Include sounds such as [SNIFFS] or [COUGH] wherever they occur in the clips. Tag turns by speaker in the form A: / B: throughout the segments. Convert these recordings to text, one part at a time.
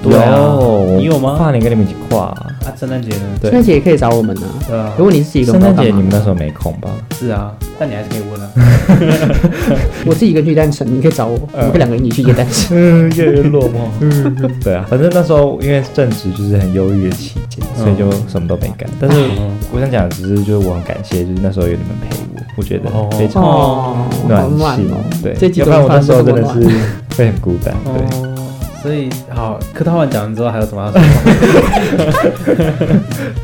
A: 对啊，
B: 有
A: 你有吗？
B: 跨年跟你们一起跨，
A: 啊，圣诞节呢？
B: 对
C: 圣诞节也可以找我们啊。
A: 对啊
C: 如，果你自己一个
B: 圣
C: 人，
B: 诞节你们那时候没空吧？
A: 是啊，但你还是可以问啊。
C: 我自己一个人去蛋城，你可以找我，我们可以两个人一起去夜蛋城。
B: 嗯，越来越落 [LAUGHS] 寞。嗯，对啊，反正那时候因为正值就是很忧郁的期间，所以就什么都没干。但是我想讲，只是就是我很感谢，就是那时候有你们陪我，我觉得
A: 哦
B: 非常
C: [LAUGHS] 哦，好
B: 暖
C: 暖
B: 心
C: 哦。。
B: 对，
C: 这几
B: 要不
C: 种
B: 然我那时候
C: 这
B: 真
C: 么
B: 的是
C: 暖
B: 会很孤单。对，
A: 哦，所以好，客套完讲完之后还有什么
C: [LAUGHS]
A: 要说吗？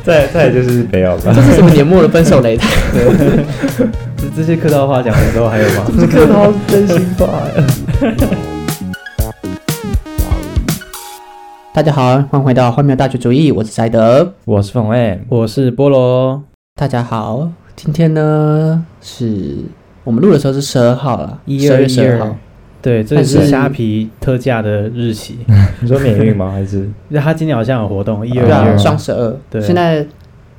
B: 再再来就是没有
C: 这
B: 了。
C: 是什么年末的分手擂台？
A: 这这些客套话讲完之后还有吗？
B: 客套 [LAUGHS] 真心话呀。
C: [LAUGHS] 大家好，欢迎回到荒谬大学主义，我是赛德。
B: 我是冯 M，
A: [LAUGHS] 我是菠萝，
C: 大家好，今天呢是我们录的时候是十二号了，
A: 一
C: 十
A: 二
C: 二月
A: 一
C: 十
A: 二
C: 二号。
A: 对，这
C: 但
A: 是
C: 是嗯
A: 虾皮特价的日期。
B: 你说免运吗？还是
A: 那他今年好像有活动，一二
C: 对
A: 一
C: 啊，
A: 二，
C: 双十二。
A: 对
C: 现在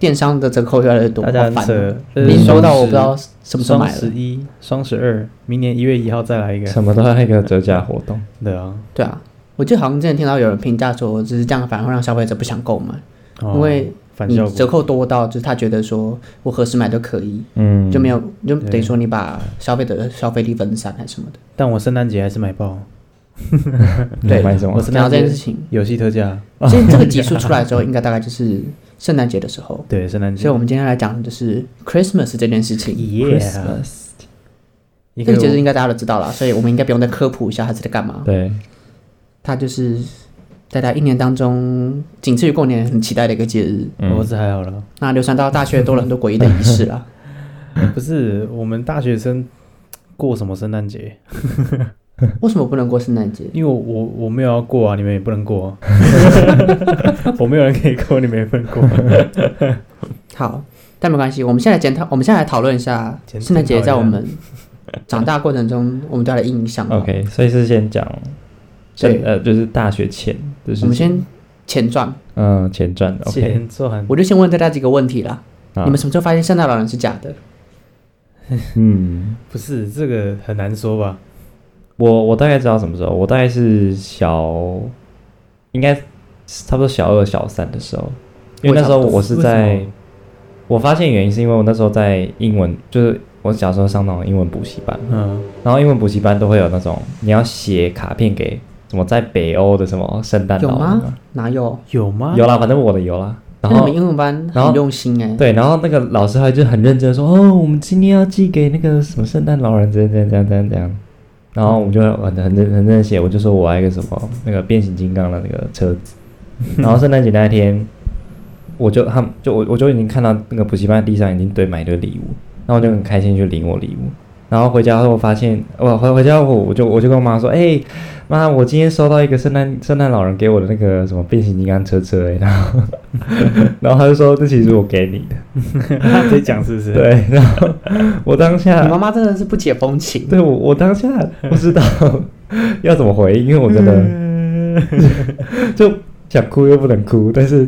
C: 电商的折扣越来越多，
A: 大家
C: 好
A: 很
C: 烦
A: 扯
C: 哦。。
A: 这是
C: 你收到我
A: 双
C: 不知道
A: 十
C: 什么时候买
A: 双
C: 了
A: 十。一、双十二，明年一月一号再来一个。
B: 什么都要一个折价活动？
A: 对啊，
C: 对啊，我记得好像之前听到有人评价说，只是这样反而会让消费者不想购买，
A: 哦
C: 因为
A: 反
C: 你
A: 效
C: 嗯折
A: 果。
C: 扣多到就是他觉得说我何时买都可以，
B: 嗯，
C: 就没有就等于说你把消费者的消费力分散还是什么的。
A: 但我圣诞节还是买爆
B: 你
C: 对
B: 买什么
A: 我？圣诞
C: 然后这
A: 节
C: 件
A: [LAUGHS]
C: 事情，
A: 游戏特价，哦
C: 其实这个集数出来之后，应该大概就是圣诞节的时候。
A: 对，圣诞节。
C: 所以，我们今天来讲的就是 Christmas 这件事情。
A: 耶，
B: Christmas
A: 一
C: 这
A: 个
C: 个节日应该大家都知道了，所以我们应该不用再科普一下它是在干嘛。
B: 对，
C: 它就是在大家一年当中，仅次于过年很期待的一个节日。
B: 嗯
A: 我是还好了。
C: 那流传到大学多了很多诡异的仪式啦。
B: 嗯
A: 不是，我们大学生 [SNIFFS] 过什么圣诞节？
C: 为什么不能过圣诞节？
A: 因为我我我没有要过啊，你们也不能过、
C: [LAUGHS]
A: 啊。我没有人可以过，你们也不能过。啊
C: 好，但没关系，我们现在检讨，我们现在来讨论一下
A: 检
C: 圣诞节在我
A: 检
C: 们长大过程中我们对它的印象
B: [LAUGHS]
C: 吧。
B: OK，所以是先讲，
C: 对
B: 先呃，就是大学前，就是
C: 我们先前传，
B: 嗯前传，OK，啊
A: 前传，
C: [LAUGHS] 我就先问大家几个问题啦。
B: 好
C: 你们什么时候发现圣诞老人是假的？
B: 嗯，
A: 不是这个很难说吧？
B: 我我大概知道什么时候，我大概是小，应该差不多小二小三的时候，因为那时候
C: 我也差不多
B: 我是
A: 为
B: 在
A: 什么，
B: 我发现原因是因为我那时候在英文，就是我小时候上那种英文补习班，
A: 嗯，
B: 然后英文补习班都会有那种你要写卡片给什么在北欧的什么圣诞
C: 有
B: 啊老人
C: 吗？哪有？
A: 有吗？ [LAUGHS]
B: 有啦，反正我的有啦，然
C: 那
B: 后
C: 你们英文班
B: 然后
C: 很用心哎、
B: 对，然后那个老师还就很认真地说：“哦，我们今天要寄给那个什么圣诞老人，怎样怎样怎样怎样怎样。”然后我们就很很认很认真地写，我就说我要一个什么那个变形金刚的那个车子。然后圣诞节那一天，我就他们就我我就已经看到那个补习班地上已经堆满一堆礼物，然后我就很开心去领我礼物。然后回家后，我发现我回回家后，我就我就跟我妈说：“哎、妈，我今天收到一个圣诞圣诞老人给我的那个什么变形金刚车车、欸，然后 [LAUGHS] 然后他就说这其实我给你的。”
A: 他直接讲是不是？，
B: 对，然后我当
C: 你妈
B: 下，
C: 妈真的是不解风情。
B: 啊对我我当
A: [LAUGHS]
B: 下不知道要怎么回应，因为我真的
A: [LAUGHS]
C: 嗯
B: 就想哭又不能哭，但是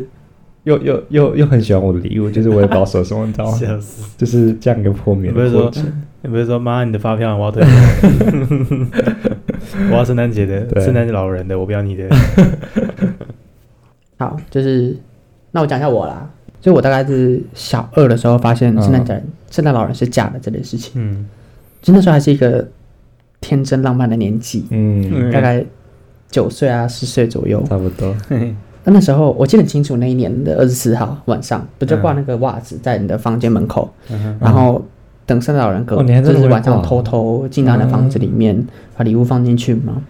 B: 又又又又很喜欢我的礼物，就是我也不知道说什么，你知道吗？
A: [LAUGHS] 笑死！
B: 就是这样一个破
A: 你
B: 灭
A: 不
B: 的
A: 是
B: 过
A: 说
B: 程。
A: 你不是说妈，你的发票我要
B: [LAUGHS]
A: 退，我要圣诞节的，
B: 对
A: 圣诞节老人的，我不要你的。
C: 好，就是那我讲一下我啦。所以我大概是小二的时候发现圣
B: 嗯
C: 诞节圣诞老人是假的这件事情，
A: 嗯，
C: 就那时候还是一个天真浪漫的年纪，
B: 嗯，
A: 嗯
C: 大概九岁啊十岁左右。
B: 差不多。
C: 那那时候我记得很清楚，那一年的二十四号晚上，不就
B: 嗯
C: 挂那个袜子在你的房间门口，
A: 嗯哼
C: 然后等圣诞老人隔，
B: 哦你还真
C: 就
B: 的
C: 是
B: 会
C: 晚上
B: 挂嗯
C: 偷偷进到你的房子里面，把礼物放进去嘛。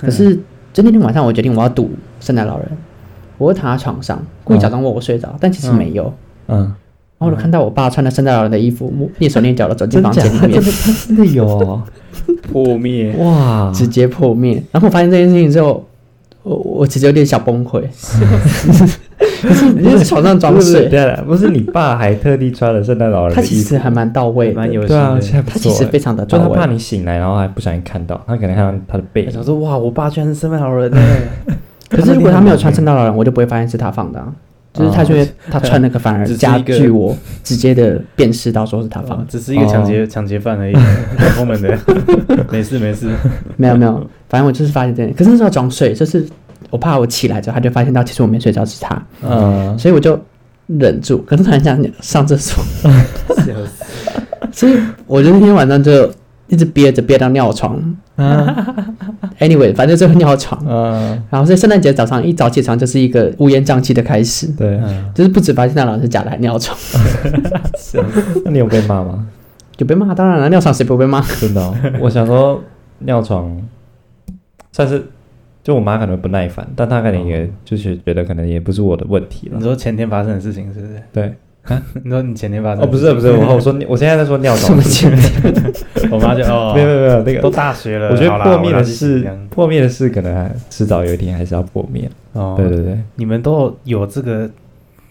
C: 可是就那天晚上，我决定我要赌圣诞老人，我会躺在床上，故意假装我我睡着，但其实没有。
B: 嗯，
C: 然后我就看到我爸穿着圣诞老人的衣服，目蹑手蹑脚的走
B: 真
C: 进房
B: 假
C: 间
B: 的？
C: 里面
B: 真的，他真的有哦！
A: [LAUGHS] 破灭，
B: 哇，
C: 直接破灭。然后我发现这件事情之后，我我其实有点小崩溃， [LAUGHS] 可是你在床上装
B: 不是
C: 睡，
B: 对了，不是你爸还特地穿了圣诞老人
C: 他
B: 的
C: 其
B: 衣服，
C: 实还蛮到位的，
A: 蛮有心
B: 对啊，
A: 的。
B: 现在不
C: 他
B: 错
C: 其实
B: 欸
C: 非常的
B: 就
C: 到
B: 他
C: 位
B: 怕。你醒来，然后还不小心看到，他可能看到他的背
A: 我
B: 影，
A: 想说，哇，我爸居然是圣诞老人呢！
C: 可是如果他没有穿圣诞老人，我就不会发现是他放的、
B: 哦
C: 啊。就是他觉得他穿那个
B: [LAUGHS]
C: 反而
A: 只是一
C: 加
A: 个
C: 剧我直接的辨识到说是他
B: 哦
C: 放的，
A: 哦只是一个抢劫抢劫犯而已，我
B: [LAUGHS]
A: 们的，没事没事。
B: 嗯
C: 没有没有，反正我就是发现这件，可是那时候装睡，就是我怕我起来之后，他就发现到其实我没睡觉是他，
B: 嗯，
C: 所以我就忍住，可是突然想上厕所，
B: 笑死
C: 所以我就那天晚上就一直憋着憋到尿床。
B: 啊
C: [LAUGHS] Anyway，反正最后尿床。
B: 嗯，
C: 然后所以圣诞节早上一早起床就是一个乌烟瘴气的开始，
B: 对，
A: 嗯，
C: 就是不止发现那老师假的还尿床，
B: 那你有被骂吗？
C: 有被骂，当然了，尿床谁不会被骂？
B: 真的哦、我想说尿床算是，就我妈可能不耐烦，但她可能也就是觉得可能也不是我的问题了
A: 你。说前天发生的事情是不是？啊
B: 对，
A: 你说你前天发生
B: 哦，
A: 的
B: 不是
A: [LAUGHS]
B: 不是，我我说我现在在说尿
C: 什
B: 床
C: 么，前提？
A: 我妈就哦，
B: 没有没有没有那
A: 都
B: 个，
A: 大学了，
B: 我觉
A: 好
B: 得
A: 啦
B: 破灭
A: 我拿
B: 的
A: 去洗这
B: 事
A: 样，
B: 破灭的事可能还迟早有一天还是要破灭。
A: 哦，
B: 对对对，
A: 你们都有这个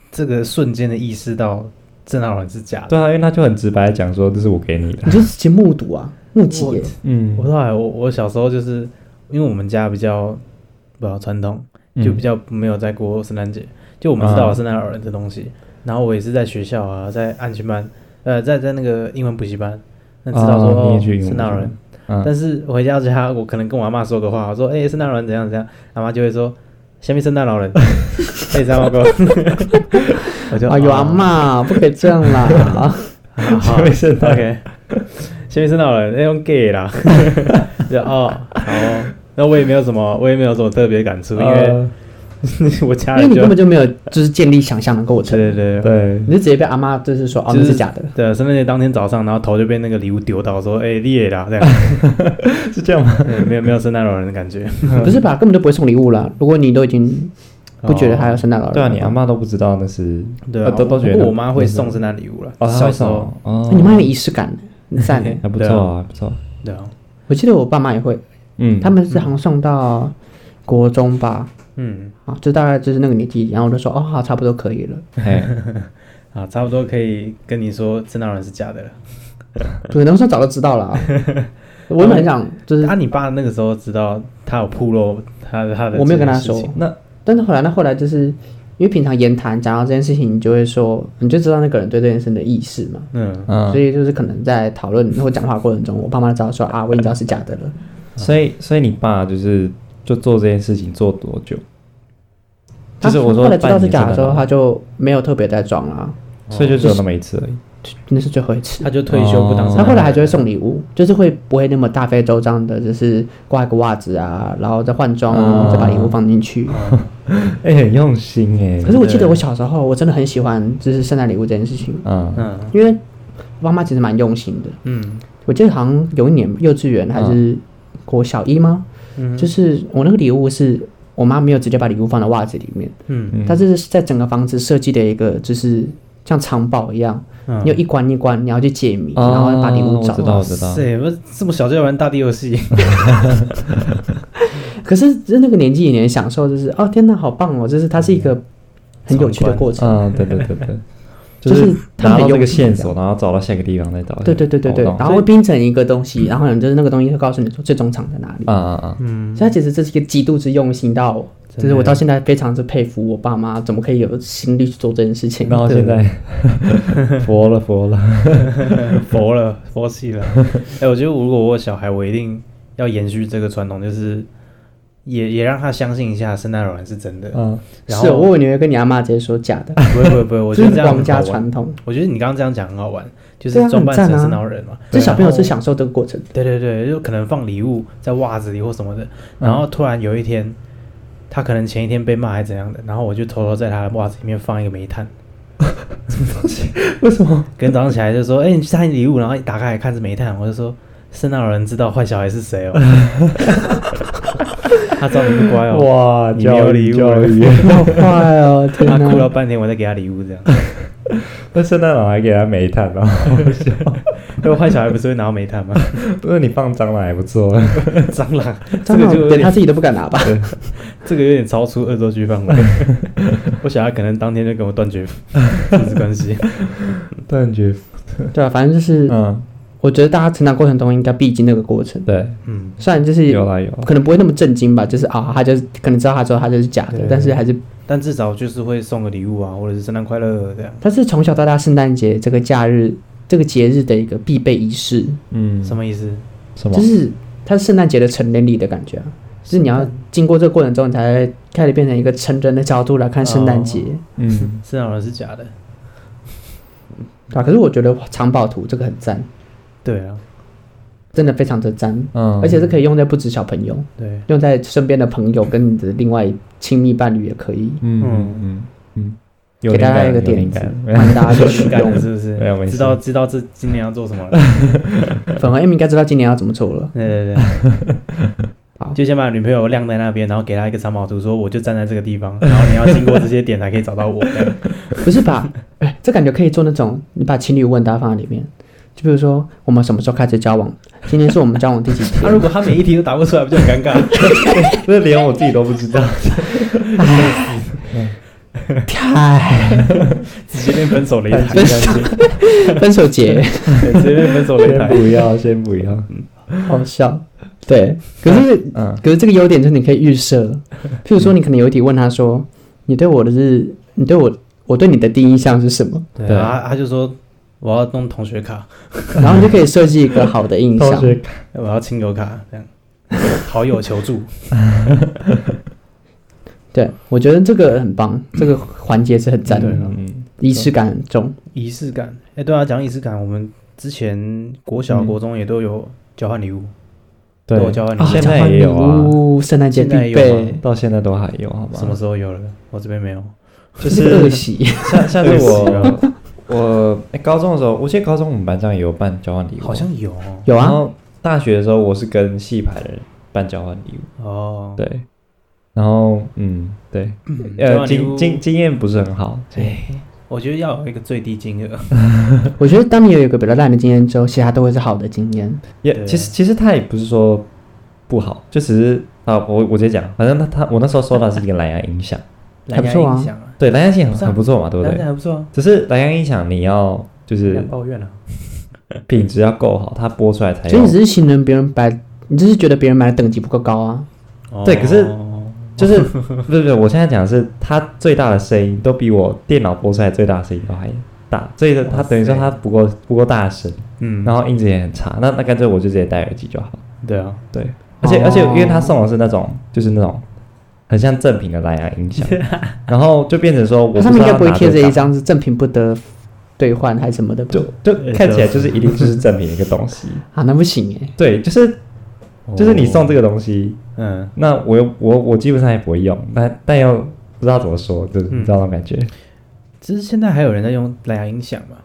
A: 这个瞬间的意识到郑浩然是假的。
B: 对啊，因为他就很直白地讲说这是我给你的
C: 你， [LAUGHS] 就是去目睹啊，目击耶。
B: 嗯
A: 我后来我我小时候就是因为我们家比较不知道传统，
B: 嗯
A: 就比较没有在过圣诞节，就我们知道有圣诞老人这东
B: 啊
A: 西，然后我也是在学校啊，在安亲班，呃，在在那个英文补习班，那知道说
B: 哦你
A: 哦
B: 也去英文
A: 圣诞老人，
B: 嗯
A: 但是回家之后，我可能跟我阿妈说个话，我说：“哎、圣诞老人怎样怎样。”阿妈就会说：“下面圣诞
B: [LAUGHS]
A: 老人， [LAUGHS] 哎，三毛哥。”我就
B: 哎
C: 啊，有阿，
A: 哦
C: 妈，不可以这样
B: 啊
C: 啦。啊
A: 好
B: [LAUGHS]
A: 好
B: 下面圣诞
A: [LAUGHS] OK，下面圣诞老人那用 gay 啦，
B: [LAUGHS]
A: 就哦好哦那我也没有什么，我也没有什么特别感触，因为
B: 呃
A: 我家
C: 因为
A: 人
C: 你
A: 就
C: 根本就没有就是建立想象的过程，
A: 对对对
B: [LAUGHS] 对
C: 你就直接被阿妈就是说哦
A: 就
C: 那
A: 是
C: 是假的，
A: 对，圣诞节当天早上，然后头就被那个礼物丢到，说：“哎，你也啦，这样
B: [LAUGHS] 是这样吗？
A: 对没有没有圣诞老人的感觉，
B: 嗯
C: 不是吧？根本就不会送礼物啦。如果你都已经不觉得
A: 哦
C: 他有圣诞老人，
B: 对啊，你阿妈都不知道那是
A: 对
B: 呃
A: 啊，
B: 都都觉得
A: 不过我妈会送圣诞礼物了。
B: 哦，她
A: 小
B: 会
A: 时
B: 送
A: 候，
B: 哦。
C: 哎，你妈有仪式感呢，很赞呢
B: 还不错啊，还不错，
A: 对啊，
C: 我记得我爸妈也会，
B: 嗯，
C: 他们是好像送到国中吧，
A: 嗯，
C: 啊，就大概就是那个年纪，然后我就说哦，好，差不多可以了，
B: 嘿
A: 啊，差不多可以跟你说，圣诞老人是假的了。
C: [LAUGHS] 可能说早就知道
B: [LAUGHS]
C: 了啊。我原本很想就是
A: 啊，，你爸那个时候知道他有铺露他的他的，
C: 我没有跟他说，
B: 那
C: 但是后来那后来就是因为平常言谈讲到这件事情，你就会说你就知道那个人对这件事的意识嘛，
A: 嗯，
B: 嗯
C: [LAUGHS] 所，以就是可能在讨论或讲话过程中，我爸妈知道说啊，我已经知道是假的了。
B: 所以所以你爸就是就做这件事情做多久？
C: 他
B: 就是我说
C: 后来知道
B: 半
C: 是
B: 年
C: 假的
B: 圣诞
C: 之后，
B: 老
C: 他就没有特别再装了，
B: 所以就只有那么一次而已。
C: 那是最后一次
B: 哦
A: 他。就退休不当圣诞老人。
C: 他后来还就会送礼物，就是会不会那么大费周章的，就是挂一个袜子啊，然后再换装啊，
B: 嗯
C: 再把礼物放进去。
B: 哎，很用心哎。
C: 可是我记得我小时候，我真的很喜欢就是圣诞礼物这件事情，
B: 嗯
A: 嗯
C: 因为我爸妈其实蛮用心的。
A: 嗯
C: 我记得好像有一年幼稚园还是国小一吗？
A: 嗯，
C: 就是我那个礼物是我妈没有直接把礼物放到袜子里面，
A: 嗯
B: 嗯
C: 它这是在整个房子设计的一个就是像藏宝一样，
A: 嗯
C: 你有一关一关，你要去解谜，
B: 哦
C: 然后把礼物找
B: 我知
C: 到。
B: 道我知道，
A: 谁不这么小就要玩大地游戏？
C: 可是在那个年纪，你能享受就是哦，天哪，好棒哦！就是它是一个很有趣的过程。
B: 嗯，对对对对，
C: [LAUGHS] 就是他
B: 拿
C: 们
B: 到这
C: 用
B: 个
C: 心
B: 线
C: 这样
B: 索，然后找到下一个地方再找。
C: 对对对对对，然后会拼成一个东西，然后你就是那个东西会告诉你说最终场在哪里。
B: 啊啊啊，
A: 嗯，
C: 所以它其实这是一个极度之用心到，
A: 真的
C: [LAUGHS] 就是我到现在非常之佩服我爸妈，怎么可以有心力去做这件事情。
B: 然后现在 [LAUGHS] 佛了佛了，
A: [LAUGHS] 佛了佛系了。 [LAUGHS] 哎，我觉得如果我有小孩，我一定要延续这个传统，就是也也让他相信一下圣诞老人是真的。
B: 嗯
A: 然
C: 哦是，我以
A: 后
C: 为你会跟你阿妈直接说假的，
A: 不会不会不会，我觉
C: 这
A: 得
C: 是
A: 这样
C: 皇
A: 很
C: 家
A: 好玩。
C: 传统。
A: 我觉得你刚刚这样讲很好玩，就
C: 对啊
A: 是装扮
C: 很
A: 成
C: 赞啊
A: 圣诞老人嘛。
C: 这小朋友
A: 然后
C: 是享受这个过程的，
A: 对对对，就可能放礼物在袜子里或什么的，然后突然有一天，他可能前一天被骂还怎样的，然后我就偷偷在他的袜子里面放一个煤炭，
B: 为什么？
A: 跟早上起来就说：“哎、你去拆礼物。”然后一打开来看是煤炭，我就说：“圣诞老人知道坏小孩是谁哦， [LAUGHS] 他知道你不乖哦。”
B: 哇，
A: 你没有
B: 教
A: 礼
B: 育
A: 物
B: 教
A: 了
B: 育， [LAUGHS]
A: [LAUGHS]
C: 好坏哦！天
A: 他哭了
C: 哪，
A: 半天，我再给他礼物，这样。
B: 那圣诞老还给他煤炭啊，
A: 那个坏小孩不是会拿到煤炭吗？ [LAUGHS]
B: 不是你放蟑螂还不错。
A: 蟑螂，这
C: 蟑
A: 个
C: 螂
A: 就有
C: 连他
A: 点，
C: 自己都不敢拿吧？
A: 这个有点超出恶作
B: [LAUGHS]
A: 剧范围。 [LAUGHS] 我小孩可能当天就跟我断绝父子关系。 [LAUGHS]
B: 断绝，
C: 对啊，反正就是，
B: 嗯，
C: 我觉得大家成长过程中应该必经那个过程，
B: 对，
A: 嗯，
C: 虽然就是
B: 有啦有啦，
C: 可能不会那么震惊吧，就是啊，他就是可能知道他之后他就是假的
A: 对，
C: 但是还是，
A: 但至少就是会送个礼物啊，或者是圣诞快乐这样。
C: 但是从小到大圣诞节这个假日这个节日的一个必备仪式，
B: 嗯，
A: 什么意思？
B: 什么
C: 就？是它是圣诞节的成人礼的感觉啊。就是你要经过这个过程中，你才开始变成一个成人的角度来看圣诞节，
B: [LAUGHS] 嗯，
A: 圣诞老人是假的，
C: 对吧、啊可是我觉得藏宝图这个很赞，
A: 对啊，
C: 真的非常的赞，
B: 嗯
C: 而且是可以用在不止小朋友，
A: 对，啊
C: 用在身边的朋友跟你的另外亲密伴侣也可以，
B: 嗯嗯嗯嗯，有
C: 给大家
B: 灵
C: 一个
B: 感有
C: 点
B: 灵
C: 子
B: 感，
C: 欢迎大家去使
A: 干了
C: 用。
A: 是不是
B: [LAUGHS] 没有没？事
A: 知道知道这今年要做什么
B: [LAUGHS]
A: 了，
C: 粉红 M 应该知道今年要怎么做了。
A: 对对对。
C: 好
A: 就先把女朋友晾在那边，然后给她一个藏宝图，说我就站在这个地方，然后你要经过这些点才可以找到我。 [LAUGHS] 这样
C: [LAUGHS] 不是吧？哎，这感觉可以做那种，你把情侣问答放在里面，就比如说我们什么时候开始交往，今天是我们交往第几
A: 那
C: 天，
A: 啊 [LAUGHS] 如果她每一题都答不出来，不就很尴 [LAUGHS] 尬？
B: 这连我自己都不 [LAUGHS] 知道，
C: 太
A: 直接变分手擂台，
C: 哎分手节，
A: 对直接变分手
B: [LAUGHS]
A: 擂
B: 先
A: 台。
B: 不要，先不要，
C: 好笑。对，可是
B: 嗯
C: 可是这个优点就是你可以预设，譬如说你可能有一题问他说，你对我的是，你对我，我对你的第一印象是什么？
A: [LAUGHS] 对，然后她她就说我要弄同学卡，
C: 然后你就可以设计一个好的印
B: 同
C: 象。
B: 学
A: 我要亲友卡，这样好友求助。
C: 对，我觉得这个很棒，这个环节是很赞的，
B: 嗯
C: 仪式感很重。
A: 仪式感，哎，对啊，讲仪式感，我们之前国小、
B: 嗯
A: 国中也都有交换礼物，
B: 对
A: 都有，交换礼物。
B: 现在也有啊
C: 哦圣诞节必
A: 现在也有吗
C: 备，
B: 到现在啊都还有，好吧？ [LAUGHS]
A: 什么时候有了？我这边没有。
B: 就
C: 恶
B: [LAUGHS] 是
C: 习。
B: 像像是
A: 饿死了
B: [LAUGHS] 我我哎高中的时候，我记得高中我们班上也有啊办交换礼物，
A: 好像有哦
C: [LAUGHS] 有
B: 然
C: 啊，
B: 后大学的时候，我是跟戏牌的人办交换礼物，
A: 哦，
B: 对。然后，嗯，对，
A: 交
B: 呃，
A: 换礼物
B: 经经经验不是很好，对，
A: 我觉得要有一个最低金额，
C: 我觉得当你有一个比较烂的经验之后，其他都会是好的经验。
B: 也
A: 对啊
B: 其实其实他也不是说不好，就只是啊，我我直接讲，反正他他我那时候收到是一个蓝牙音响，
A: 蓝牙
C: 还不错啊
A: 音响啊，
B: 对，蓝牙音响
A: 不是
B: 很
A: 啊
B: 很不错嘛，对不
A: 蓝牙
B: 对？
A: 还不错啊，
B: 只是蓝牙音响你要就
A: 不要
B: 是
A: 抱怨了。啊
B: 品质要够好，它播出来才
C: 所以
B: 有
C: 你，只是形容别人白，你只是觉得别人买的等级不够高啊。
B: 对可是
A: 哦
B: 就是
A: [LAUGHS]
B: 不是不是，我现在讲的是它最大的声音都比我电脑播出来最大的声音都还大，所以它
A: 哇塞
B: 等于说它不够不够大声，
A: 嗯，
B: 然后音质也很差，那那干脆我就直接戴耳机就好了。
A: 对啊，
B: 对，而且、而且
C: 哦
B: 因为他送的是那种就是那种很像正品的蓝牙音 [LAUGHS] 响，然后就变成说我
C: 它
B: 知道
C: 上面应该不会
B: 要拿
C: 贴着
B: 这
C: 一
B: 个
C: 张是正品不得兑换还是什么的吧？
B: 档，就就看起来就是一定就是正品的一个东西。
C: 啊，那不行哎。
B: 对，哦就是就是你送这
A: 个，
B: 个东西，
A: 哦嗯，
B: 那我又我我基本上也不会用，但但又不知道怎么说，就是
A: 嗯
B: 你知道那种感觉。
A: 其实现在还有人在用蓝牙音响嘛？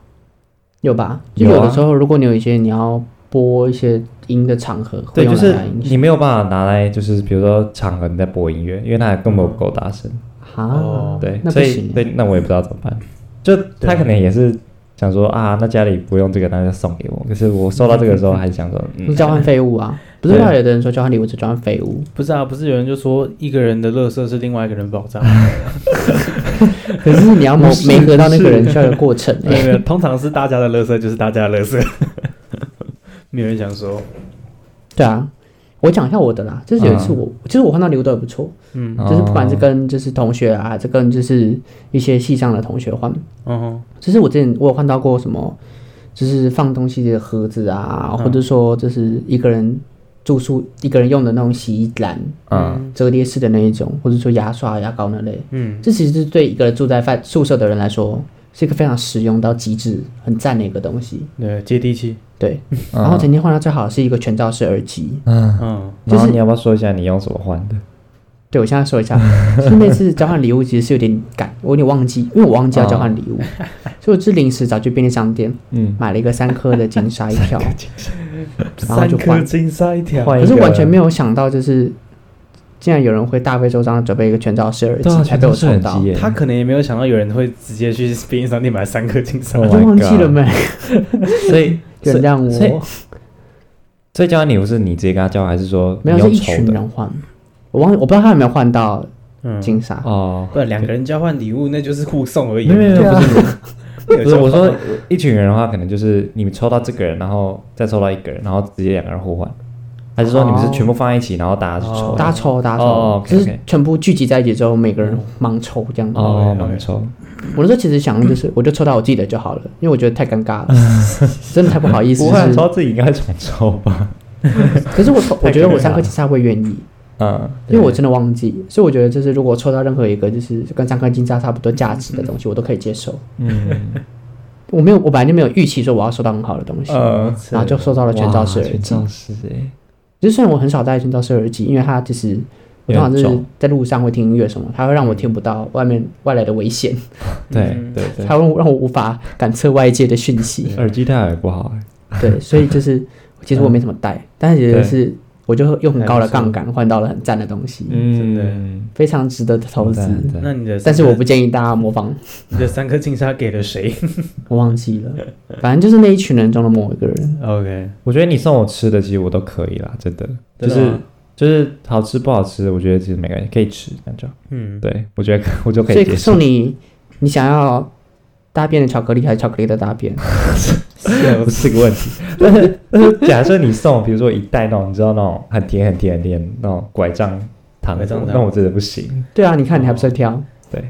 C: 有吧？就
B: 有啊
C: 有的时候，如果你有一些你要播一些音的场合，会
B: 对，
C: 用
B: 就是
C: 蓝牙音
B: 你没有办法拿来，就是比如说场合你在播音乐，因为它根本不够大声。
C: 响啊
A: 哦，
B: 对，
C: 那不
B: 所以
C: 行欸。
B: 对，那我也不知道怎么办。就他可能也是想说啊，那家里不用这个，那就送给我。可是我收到这个时候，还是想说，嗯
C: 你，交换废物啊？不是，
B: 对
C: 后来有的人说交换礼物只交换废物，
A: 不是啊，不是有人就说一个人的垃圾是另外一个人保
B: [LAUGHS]
A: 障，
C: 可是你要磨
B: 是
C: 没合到那个人需要有
B: [LAUGHS]
C: 过程
A: 没有没
C: 哎。
A: 有，通常是大家的垃圾就是大家的垃圾， [LAUGHS] 没有人想说，
C: 对啊，我讲一下我的啦，就是有一次
B: 嗯
C: 我，就是我换到礼物都还不错，
A: 嗯
C: 就是不管是
B: 哦
C: 跟就是同学啊，还是跟就是一些系上的同学换，
A: 嗯
C: 就是我之前我有换到过什么，就是放东西的盒子啊，
A: 嗯
C: 或者说就是一个人住宿一个人用的那种洗衣篮，
B: 嗯
C: 折叠式的那一种，或者说牙刷、牙膏那类，
A: 嗯，
C: 这其实是对一个人住在饭宿舍的人来说，是一个非常实用到极致、很赞的一个东西。
A: 对，接地气，
C: 对，
B: 嗯
C: 然后曾经换到最好的是一个全罩式耳机，
B: 嗯，
A: 嗯，
B: 然
C: 就是嗯
B: 后你要不要说一下你用什么换的？
C: 对，我现在说一
B: [LAUGHS]
C: 下，是那次交换礼物其实是有点赶，我有点忘记，因为我忘记要交换礼物，
B: 哦
C: 所以我是临时找去便利商店
B: 嗯，
C: 买了一个三颗的金沙一
B: [LAUGHS]
C: 条，然后就换，
A: 金沙一条
B: 换
C: 可
B: 一
C: 是
B: 个
C: 完全没有想到就是，竟然有人会大费周章地准备一个全罩式耳
B: 对啊，
C: 机，还
B: 全
C: 被
B: 都
C: 我
B: 是
C: 抽
B: 很
C: 到
B: 急，耶。
A: 他可能也没有想到有人会直接去便利商店买三颗金沙
B: [LAUGHS]
C: 我
B: Oh
C: 都
B: my
C: 忘记了没？
B: 所以
C: 原
B: 所以
C: 谅
B: 所以
C: 我，
B: 所以交换礼物是你直接跟他交换，还是说
C: 没
B: 你
C: 有是
B: 用
C: 一
B: 抽
C: 群
B: 的？
C: 人啊换，我忘我不知道他有没有换到
A: 嗯，
C: 金沙，
B: 哦，
A: 不，两个人交换礼物那就是互送而已，
B: 没有没有没有不是你
A: [LAUGHS] 没
B: 不
A: 有
B: 是
A: 交换
B: 我说一群人的话，可能就是你们抽到这个人，然后再抽到一个人，然后直接两个人互换，还是说你们
C: 哦
B: 是全部放在一起，然后大家去抽
A: 哦？
C: 大家抽大家
B: 哦，OK，OK
C: 抽，就是全部聚集在一起之后，每个
B: Oh
C: 人盲抽这样。
B: 哦，
A: OK，OK
B: 盲抽，
C: 我那时候其实想的就是，我就抽到我自己的就好了，因为我觉得太尴尬了，真的太不好意思。
B: 嗯 [LAUGHS] 不
C: 就
B: 会啊
C: 是
B: 抽自己应该重抽吧？
C: 可是我抽
B: 太
C: 我觉得
B: 尴尬
C: 我三颗金沙会愿意，
B: 嗯，
C: 因为我真的忘记，所以我觉得就是如果抽到任何一个就是跟三颗金叉差不多价值的东西，我都可以接受。
B: 嗯，
C: 我没有，我本来就没有预期说我要收到很好的东西，
A: 嗯
B: 呃，
C: 然后就收到了全罩式
B: 哇
C: 耳
B: 全
C: 机。
B: 罩式哎，
C: 就虽然我很少戴全罩式耳机，因为它其实我通常就
B: 有点
C: 是嗯
B: 重
C: 在路上会听音乐什么，它会让我听不到外面外来的危险，
A: 嗯
B: 对对对，
C: 它会让我无法感测外界的讯息。
B: 耳机戴耳不好哎， [LAUGHS]
C: 对，所以就是其实我没怎么
B: 嗯
C: 戴，但是也就是我就用很高的杠杆换到了很赞的东西，
A: 真的
B: 嗯，
C: 非常值得投资。
B: 很赞
A: 那你的三颗，
C: 但是我不建议大家模仿，
A: 你的三颗金沙给了谁
C: 我忘记了，反正就是那一群人中的某一个人。
A: [LAUGHS] ？OK，
B: 我觉得你送我吃的，其实我都可以啦，真的，就
A: 真的
B: 是
A: 吗
B: 就是好吃不好吃，我觉得其实没关系，可以吃那就。
A: 嗯，
B: 对，我觉得 [LAUGHS] 可我就可
C: 所
B: 以接
C: 以
B: 受
C: 送。你，你想要大便的巧克力还是巧克力的大便？
A: 对
B: [LAUGHS] 不，是个问题，但是但是 [LAUGHS] 假设你送，比如说一袋那种，你知道那种很甜很甜很甜那种拐杖糖
A: 拐杖
B: 果，
A: 糖
B: 那我真的不行。
C: 对啊，你看你还不是会
B: 哦
C: 挑？
B: 对，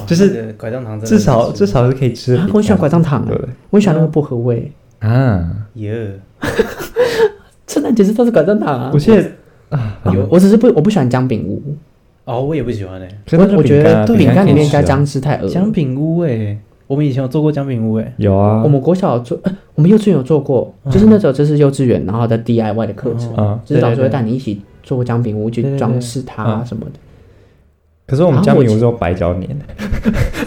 A: 哇
B: 就是
A: 那个拐杖糖真的
B: 至
A: 很
B: 少
A: 吃
B: 至少是可以吃的
C: 啊
B: 饼干。
C: 我喜欢拐杖糖
B: 对不对？
C: 我喜欢那个薄荷味，
B: 啊，
A: 耶，
C: 圣诞节是都是拐杖糖啊
B: 我。记得啊，
C: 有，我只是不我不喜欢姜饼屋，
A: 哦，我也不喜欢哎，
B: 可是那
C: 我
B: 就
C: 我觉
B: 饼干啊
C: 得饼干里面
B: 可
C: 应
B: 以
C: 该
B: 吃啊
C: 姜汁太恶。
A: 姜饼屋哎，我们以前有做过姜饼屋
B: [LAUGHS]
A: 哎，
B: 有啊
C: 我，们国小有做，呃我们幼稚园有做过，
B: 嗯
C: 就是那时候就是幼稚园，然后的 DIY 的课程，
B: 啊，
C: 就是老师
A: 对对对
C: 会带你一起做姜饼屋
A: 对
C: 去
A: 对
C: 装
A: 对
C: 饰它
B: 啊
C: 啊什么的。 [LAUGHS]
B: 可是我们
C: 啊
B: 姜
C: 我
B: 饼
C: 记
B: 屋是用白脚黏的，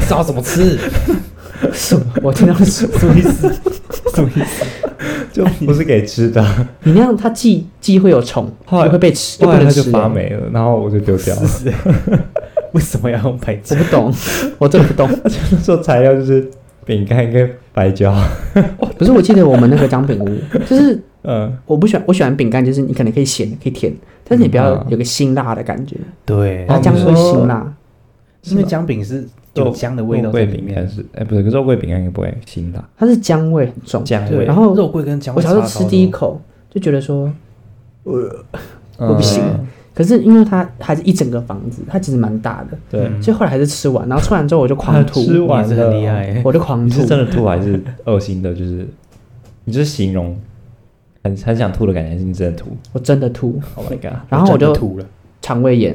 A: 烧怎么 [LAUGHS] 吃？
C: 什么？我听到
B: [LAUGHS]
C: 是什么意思？
B: 就不是给吃的。
C: 你那样它既既会有虫，
B: 后来
C: 又会被吃，又
B: 后
C: 不
B: 来
C: 能
B: 它
C: 吃
B: 就。发
C: 欸
B: 霉了，然后我就丢掉了。 [LAUGHS]
A: 欸为什么要用白
C: 我
A: 酱？
C: 不懂， [LAUGHS] 我真的不懂。
B: 那时候材料就是饼干跟白胶，
C: 可是我记得我们那个姜
B: [LAUGHS]
C: 饼屋，就是
B: 嗯，
C: 我不喜欢，我喜欢饼干，就是你可能可以咸，可以甜，但是你不要
B: 嗯
C: 有个辛辣的感觉，
A: 对，
C: 它
B: 哦
C: 姜
B: 你
C: 会
B: 说
C: 辛辣。
A: 因为姜饼是有姜的味道
B: 肉
A: 在
B: 桂
A: 里
B: 饼
A: 面
B: 干，是，哎、不是，可是肉桂饼干应该不会腥的，
C: 它是姜味很重。
B: 姜
A: 对，
B: 味
C: 然后
A: 肉桂跟姜
C: 我
A: 会差
C: 小
A: 超
C: 时
A: 多，
C: 候吃第一口就觉得说，
B: 嗯
C: 我不行可是因为它还是一整个房子，它其实蛮大的，
B: 对，
A: 嗯
C: 所以后来还是吃完，然后吃完之后我就狂吐，
B: 吃
A: 你
B: 完
A: 也是
B: 了
A: 很厉害欸，
C: 我就狂
B: 你
C: 吐
B: 是，真的吐还是恶心的？就是你就是形容很很想吐的感觉，还是你真的吐
C: 我真的吐，
B: ？Oh my god！
C: 然后我
A: 真的
C: 就
A: 吐了，
C: 肠胃炎，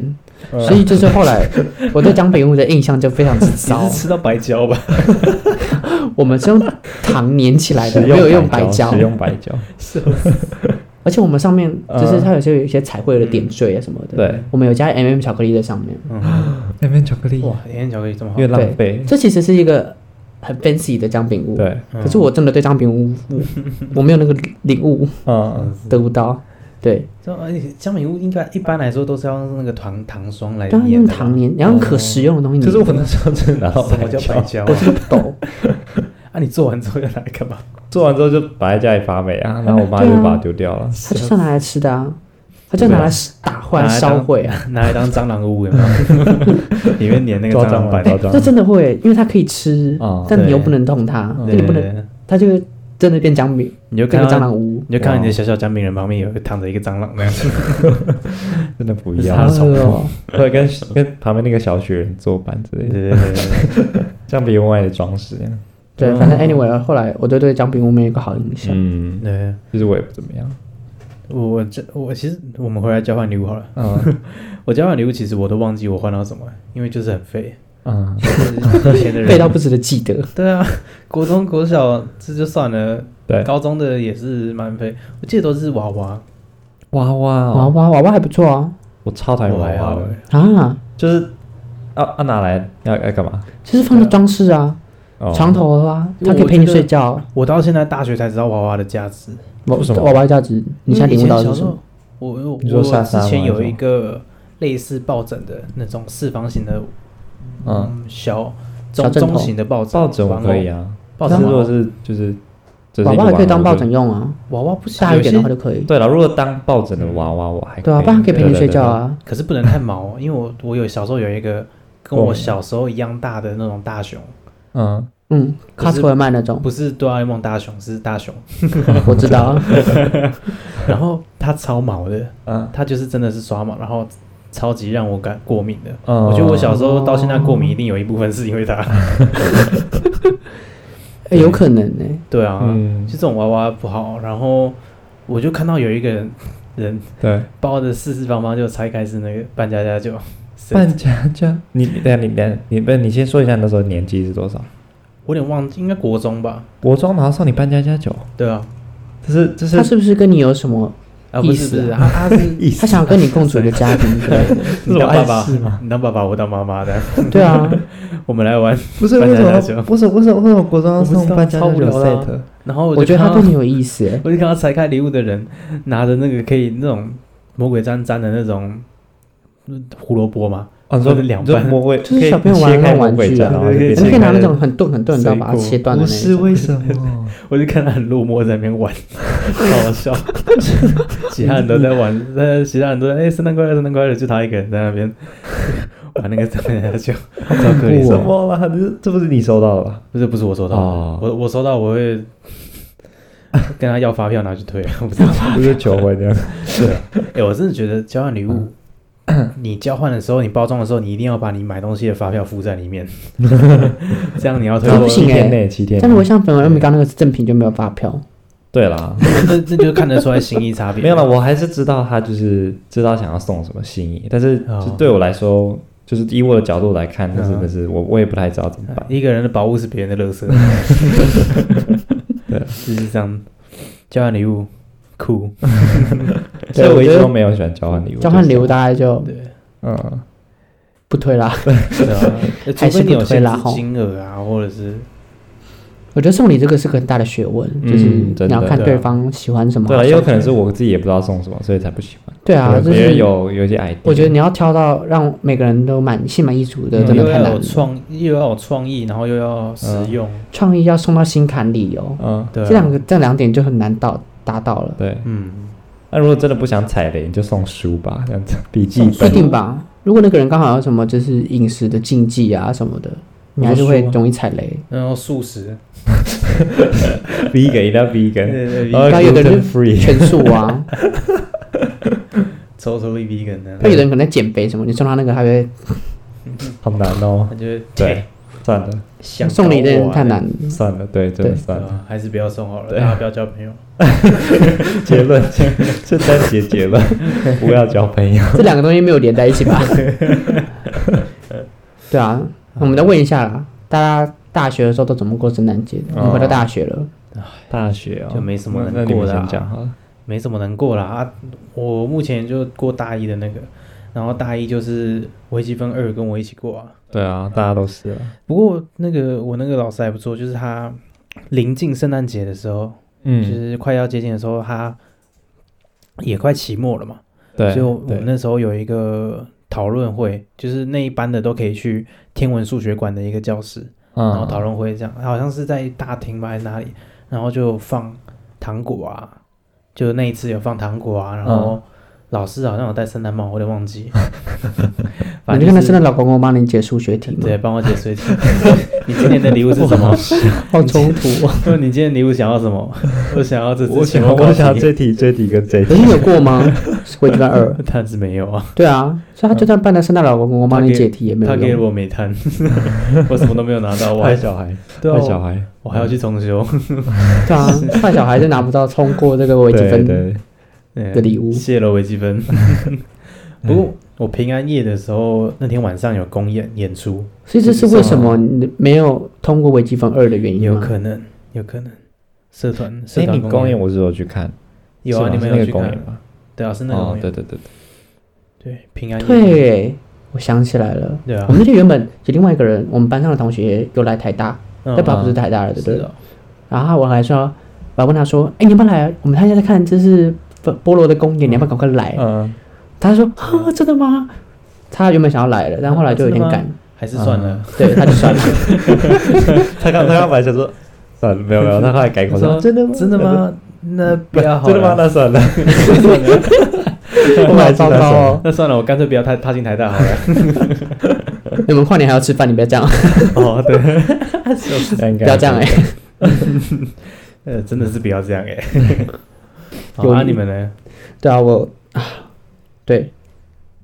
B: 嗯
C: 所以就是后来我对姜饼屋的印象就非常之糟
A: 你是。吃到白胶吧？
C: 我们是用糖粘起来
B: 食
C: 的，没有用白
B: 白
C: 胶
B: 使，用白胶，
C: 而且我们上面就是
B: 嗯
C: 它有些有一些彩绘的点缀啊什么的，
B: 对，
C: 我们有加 M、m 巧克力在上面。
B: 那边巧克力
A: 嗯哇，甜甜巧克力这么好
B: 越，浪
C: 对，
B: 费，
C: 这其实是一个很 fancy 的姜饼屋。，
B: 对，
A: 嗯
C: 可是我真的对姜饼屋，我没有那个领悟，
B: 嗯，
C: 得不到。对，
A: 这而且姜饼屋应该一般来说都是要用那个糖糖霜来
C: 当然
A: 粘
C: 用
A: 的吧啊
C: 糖粘，你要用
B: 哦
C: 可食用的东西
B: 可
C: 粘。
B: 是我那时候真的拿到
A: 什
B: 白
A: 么
C: [LAUGHS]
A: 叫
B: 胶
A: 白，胶
C: 我
A: 啊？
C: 真的不
A: [LAUGHS]
C: 懂，
A: 啊，你做完之后要拿来干 [LAUGHS] 嘛？
B: 做完之后就摆在家里发霉啊，然后我妈就
C: 对啊
B: 把它丢掉了。
C: 它就是要拿来吃的啊，它就拿来打
A: 拿
C: 坏、
A: 来当
C: 烧毁啊。，
A: 拿来当蟑螂屋有没有？里面粘那个
B: 抓
A: 蟑
B: 蟑
A: 螂
B: 螂
A: 板，
B: 抓蟑螂
C: 这真的会，因为它可以吃
B: 嗯哦，嗯
C: 但你又
A: 对
C: 不能动它，
A: 对
C: 你
A: 对
C: 不
A: 对
C: 能，
A: 对
C: 它就会真的变姜饼，
A: 你就看
C: 变个蟑
A: 到
C: 螂屋。
A: 你就看到你的小小姜饼人旁边有躺着一个蟑螂那样子，
B: 真的不
A: 这是
B: 要
A: 它的，宠
C: 哦
A: 物。
B: 会跟跟旁边那个小雪人作伴之类
A: 对
B: 的，
C: 嗯
A: 对对对对。
B: 像别人外的装饰一样。
C: 对，反正 anyway，后来我对对姜饼屋没有一个好印象。 [LAUGHS]
B: 嗯，
A: 对
B: 其实我也不怎么样。
A: 我我这我其实我们回来交换礼物好了。
B: [LAUGHS] 嗯
A: 我交换礼物其实我都忘记我换到什么，因为就是很废，
B: 嗯，
A: 就是以
B: [LAUGHS]
A: 前的人
C: 背到不值得记得。
A: 对啊，国中、国小这就算了，
B: 对，
A: 高中的也是蛮废。我记得都是娃娃，
B: 娃娃
C: 娃
B: 哦，
C: 娃娃娃还不错啊
B: 我超讨厌
A: 我
B: 娃
A: 还
B: 哎娃
A: 好
B: 的，
A: 欸
C: 啊，
B: 就是要要拿来要要干嘛？
C: 就是放在装饰啊，
B: 嗯哦
C: 床头啊，它
A: 我
C: 可以陪你
A: 觉得
C: 睡觉。
A: 我到现在大学才知道娃娃的价值。
C: 娃
B: 为什么
C: 娃娃价值，你现在领悟到的
A: 因为以前小
C: 是
A: 时
C: 什
A: 候
C: 么？
A: 我我
B: 你说莎
A: 我
B: 莎
A: 之
B: 吗
A: 前有一个类似抱枕的那种四方形的，
B: 嗯，
A: 嗯，小
C: 小
A: 中
C: 枕头
A: 中型的抱枕，
B: 抱枕我
A: 玩偶
B: 可以，啊，
A: 抱
B: 但
A: 枕
B: 是如果
A: 娃娃
B: 是就是这是
C: 娃
B: 一个
C: 娃也可以
B: 玩
C: 当
B: 偶
C: 抱
B: 就
C: 枕用啊，
A: 娃娃不行，
C: 大一点的
A: 有
C: 话
A: 些
C: 就可以。
B: 对了，如果当抱枕的娃娃我还
C: 对啊，不然它可以陪你睡觉。啊。
A: 可是不能太
C: [LAUGHS]
A: 毛，因为我我有小时候有一个跟
B: 共
A: 我
B: 鸣
A: 小时候一样大的那种大熊，
B: 对对对对嗯，
C: 嗯
A: 可是
C: ，Costco 会卖那种，
A: 不是哆啦 A 梦大熊，是大
C: [LAUGHS]
A: 熊。
C: 我知道。
A: 然后它超毛的，
B: 嗯
A: 它就是真的是刷毛，然后超级让我感过敏的。
C: 哦
B: 嗯
A: 我觉得我小时候到现在过敏，一定有一部分是因为它。
C: 哎，有可能呢。
A: [LAUGHS] 对啊，
B: 嗯
A: 就这种娃娃不好。然后我就看到有一个人人
B: 对，
A: 包的四四方方，就拆开是那个扮家家酒。
B: 扮家家，你等下你等下你不是你先说一下你那时候年纪是多少？
A: 我有点忘记，应该国中吧？
B: 国中然后上你扮家家酒，
A: 对啊，
B: 这是这
C: 他
B: 是
C: 是不是跟你有什么？
A: 啊不
C: 意
A: 是不
C: 思啊
A: 是，他他是
B: 意思
C: [LAUGHS] 他想要跟你共处一个家庭之类的，
A: 你当爸爸
B: 这
C: [LAUGHS]
B: 是我暗示吗，
C: 啊
A: 你当爸爸，我当妈妈的， [LAUGHS]
C: 对啊，
A: 我们来玩。
B: 不是
A: 扮
B: 为
A: 家
B: 什么
A: 家酒
B: 为什么为什么为什么国中要
A: 我不知
B: 送
A: 道
B: 扮家
A: 超
B: 家
A: 无
B: 酒
A: 聊的啊
B: set？
A: 然后
C: 我
A: 就
C: 觉得
A: 看
C: 他
A: 到
C: 对你有意思欸，
A: 我就看到拆开礼物的人拿着那个可以那种魔鬼粘粘的那种嗯胡萝卜嘛，
B: 哦，你
A: 或
B: 说
A: 者两
B: 你说
A: 半
B: 魔鬼
C: 就是
B: 可以
C: 小朋友
B: 切
C: 玩
B: 开
C: 那种
B: 魔
C: 玩
B: 鬼哦
C: 具
B: 杖
C: 啊
B: 然后就
A: 对
B: 变
A: 你
C: 你
B: 成
C: 可以
B: 开
C: 拿那种很钝很钝的刀把它
A: 水果
C: 切断的
B: 不
C: 那
B: 是
C: 种。
B: 为什么？
A: 我就看他很落寞在那边玩，好好
C: [LAUGHS]
A: 笑。其他人都在玩，那其他人都在哎、圣诞快乐，圣诞快乐，就他一个人在那边玩那个圣诞球，好可
C: 怖
A: 怜
C: 哦
B: 什么啦？这这不是你收到的吧？
A: [LAUGHS] 不是不是我收到的，
B: 哦
A: 我我收到我会跟他要发票拿去退，我不知道。
B: 不是求婚这样？
A: 对，哎、我真的觉得交换礼物，
C: 嗯
A: 你交换的时候，你包装的时候，你一定要把你买东西的发票附在里
C: [LAUGHS]
A: 面，这样你要退
C: 这
A: 货
C: 不。
B: 七
C: 行欸
B: 天内，七天内。
C: 但如果像粉红米刚那个是正品就没有发票，
B: 对啦，
A: 那那就看得出来心意差别。
B: 没有了，我还是知道他就是知道想要送什么心意，但是
A: 哦
B: 就对我来说，就是以我的角度来看，那
A: 嗯
B: 真的是我我也不太知道怎么办。
A: 一个人的宝物是别人的垃
C: [LAUGHS]
A: 圾。
C: 啊
B: 对
A: 就是这样。交换礼物，酷。
C: 所
B: 所
C: 以
B: 以
C: 我
B: 我一
C: 觉
B: 直
C: 得
B: 都没有喜欢交换礼物。
C: 交换礼
B: 物，
C: 物大概就
A: 对，
B: 嗯，
C: 不推啦。
A: 对
C: [LAUGHS]
A: 啊，呃除
C: 还是
A: 非
C: 不
A: 你有
C: 推
A: 限
C: 啦
A: 制
C: 吼
A: 金额啊，或者是
C: 我觉得送礼这个是个很大的学问，
B: 嗯
C: 就是
B: 真的
C: 你要看
A: 对
C: 对
A: 啊
C: 方喜欢什么。
B: 对了，也有可能是我自己也不知道送什么，所以才不喜欢。
C: 对啊，就
B: 别人
C: 是
B: 有有一些 idea。
C: 我觉得你要挑到让每个人都满心满意足的，
B: 嗯
C: 真的
A: 又
C: 太
A: 要
C: 难
A: 有
C: 了。
A: 创，又要有创意，然后又要实用。
C: 创意要送到心坎里哦，
B: 嗯，
A: 对啊，
C: 这两个这两点就很难到达到了，
B: 对。
A: 嗯，
B: 那如果真的不想踩雷，你就送书吧，这样子笔记
C: [LAUGHS]
A: 啊
C: 不一
B: 本。
C: 定吧？如果那个人刚好有什么就是饮食的禁忌啊什么的，你还是会容易踩雷。
A: 然后素食，
B: vegan 一定要
C: [LAUGHS]
B: vegan，
A: 对对
B: 然后
A: 对
C: 哦那有的人
B: gluten free，
C: 全素
A: [LAUGHS]
C: 啊，
A: ，totally vegan 的。
C: 那有的人可能在减肥什么，你送他那个还会
B: 好难哦。
A: 他就会
B: 对，算了
A: 想
C: 送礼的
A: 搞
C: 人
A: 我啊
C: 太难。
B: 算了，对，真的
C: 对
A: 对
B: 算了。
A: 啊还是不要送好了，
B: 对
A: 大家不要交朋友。
B: 结论， [LAUGHS] 这单结结
C: [LAUGHS]
B: 论，不要交朋友。
C: 这两个东西没有连在一起
A: [LAUGHS]
C: 吧？对啊，我们再问一下啦，大家大学的时候都怎么过圣诞节的？我
A: 哦
C: 们回到大学了，
B: 大学哦，
A: 就没什么
B: 那那
A: 能
B: 你
A: 过
B: 们
A: 的啊
B: 先讲好了。
A: 没什么能过啦。啊，我目前就过大一的那个，然后大一就是微积分二跟我一起过啊。
B: 对啊，大家都是啊。
A: 不过那个我那个老师还不错，就是他临近圣诞节的时候，就
B: 嗯，
A: 是快要接近的时候，他也快期末了嘛，
B: 对，
A: 所以我们
B: 对，
A: 那时候有一个讨论会，就是那一班的都可以去天文数学馆的一个教室，然后讨
B: 嗯，
A: 论会这样，好像是在大厅吧还是哪里，然后就放糖果啊，就那一次有放糖果啊，然后老师好像有戴圣诞帽，我有点忘记，
C: 你
A: 反
C: 就
A: 正就
C: 跟他
A: 是
C: 圣诞老公公帮你解数学题嘛
A: 对，，帮我解释一下， [LAUGHS] 你今年的礼物是什么？
C: 好冲突哦。
A: 说你今天礼物想要什么？我想要这只
B: 我
A: 青
B: 想
A: 蛙
B: 我
A: 高级
B: 想要这题这题跟这
C: 可
B: 题
C: 是，你有过吗？ [LAUGHS] 微积
A: [LAUGHS]
C: 分二，
A: 但是没有啊，
C: 对啊，所以他就算扮成圣诞老公公帮你解题也没
A: 他
C: 有
A: 给
C: 用。
A: 我煤炭， [LAUGHS] 我什么都没有拿到，我
B: 坏
A: 还
B: 小孩，
A: 对啊
B: 坏小孩，嗯
A: 我还要去重修。
C: 对啊，
A: [LAUGHS]
C: 坏小孩就拿不到通过这个微积
B: 对
C: 分
B: 对，
A: 对
C: 的礼物。
A: 谢了微积
B: [LAUGHS]
A: 分。不
B: 嗯
A: 过我平安夜的时候，那天晚上有公演演出，
C: 所以这是为什么你没有通过微积分二的原因
A: 有
C: 吗？
A: 可能，有可能。社团社
B: 哎，
A: 团
B: 你公演
A: 演
B: 我是有去看，
A: 有
B: 是
A: 啊？
B: 吗
A: 你们
B: 是
A: 有
B: 那
A: 去
B: 个公演
A: 看？
B: 吧？
A: 对啊，是那个
B: 哦
A: 公，
B: 对
A: 演。
B: 对对对，
A: 对，平安夜。
C: 对，我想起来了。
A: 对啊
C: 我，们那天原本就另外一个人，我们班上的同学又来台大，
A: 嗯
C: 但爸不是台大的，对不
A: 是
C: 对？
A: 哦，
C: 然后我还说，我还问他说：“哎、你要不要来？我们现在在看这是菠菠萝的公演，你要不要赶快来？”啊
B: 嗯，
C: 他说：“啊，真的吗？”他原本想要来了，但后来就有
B: 啊
C: 点赶，
A: 还是算了。
C: 对，他就算
B: [LAUGHS]
C: 了。
B: 他 [LAUGHS] 刚他刚本来想说，算了，没有没 [LAUGHS] 有，他后来改口
A: 他
B: 说，
A: 说
B: 真的吗？
A: 真的？吗？那不
B: 不
A: 要好
B: 真的吗？
A: 了？
B: 那算了，
A: 算了 [LAUGHS]
B: [LAUGHS]
C: 我 [LAUGHS] 买糟糕哦！
A: 那算了，我干脆不要踏踏进台大好了。
C: 你哎们跨年还要吃饭，你不要这样，
A: 哦，对， [LAUGHS]
B: 不
C: 不要这样哎、
B: 欸
A: 呃，真的是不要这样哎。
B: [LAUGHS]
A: 好
C: 有
A: 啊，你们呢？
C: 对啊，我啊，对，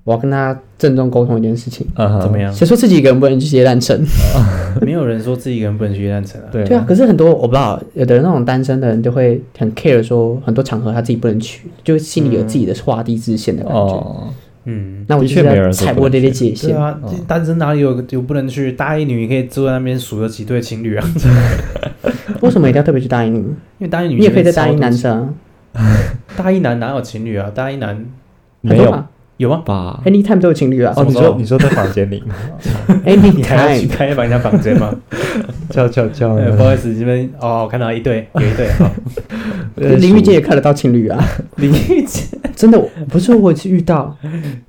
C: 我要跟他郑重沟通一件事情。
B: 嗯哼啊
A: 怎么？样？
C: 谁说自己一个人不能去接单程？
A: 没有人说自己一个人不能去夜蛋城啊。
B: 对
C: 对啊，，可是很多我不知道，有的人那种单身的人就会很 care 说，很多场合他自己不能去，就心里有自己的画地自限的感觉。
B: 哦，
A: 嗯，
C: 那我
B: 的
C: 就
B: 确
C: 是
B: 没有
C: 要
B: 人说
C: 踩
B: 不
C: 破
B: 能
C: 这些
B: 去
C: 界
A: 对
C: 限。
A: 啊，单身哪里有有不能去？大一女可以坐在那边数着几对情侣啊，
C: 为什么一定要特别去答应你？
A: 因为大一女
C: 你也可以在答
A: 一
C: 应男，生啊
A: 大一男哪有情侣啊？大一男
B: 没
C: 很多
B: 有
C: 嘛
A: 有吗？
B: 吧？
C: 啊，anytime 都有情侣啊
B: 哦，你
A: 什么时
B: 说
A: 候
B: 你说在房 [LAUGHS] 间里，
C: 哎
A: 你还要去
C: ，anytime
A: 开房人家房间吗？
B: 敲敲敲
A: 哎，不好意思，这边哦，我看到一对，有一对，好
B: 呃
C: 淋浴间也看得到情
B: [LAUGHS]
C: 侣啊。
A: 淋浴间，
C: [LAUGHS] 真的，我不是我去遇到，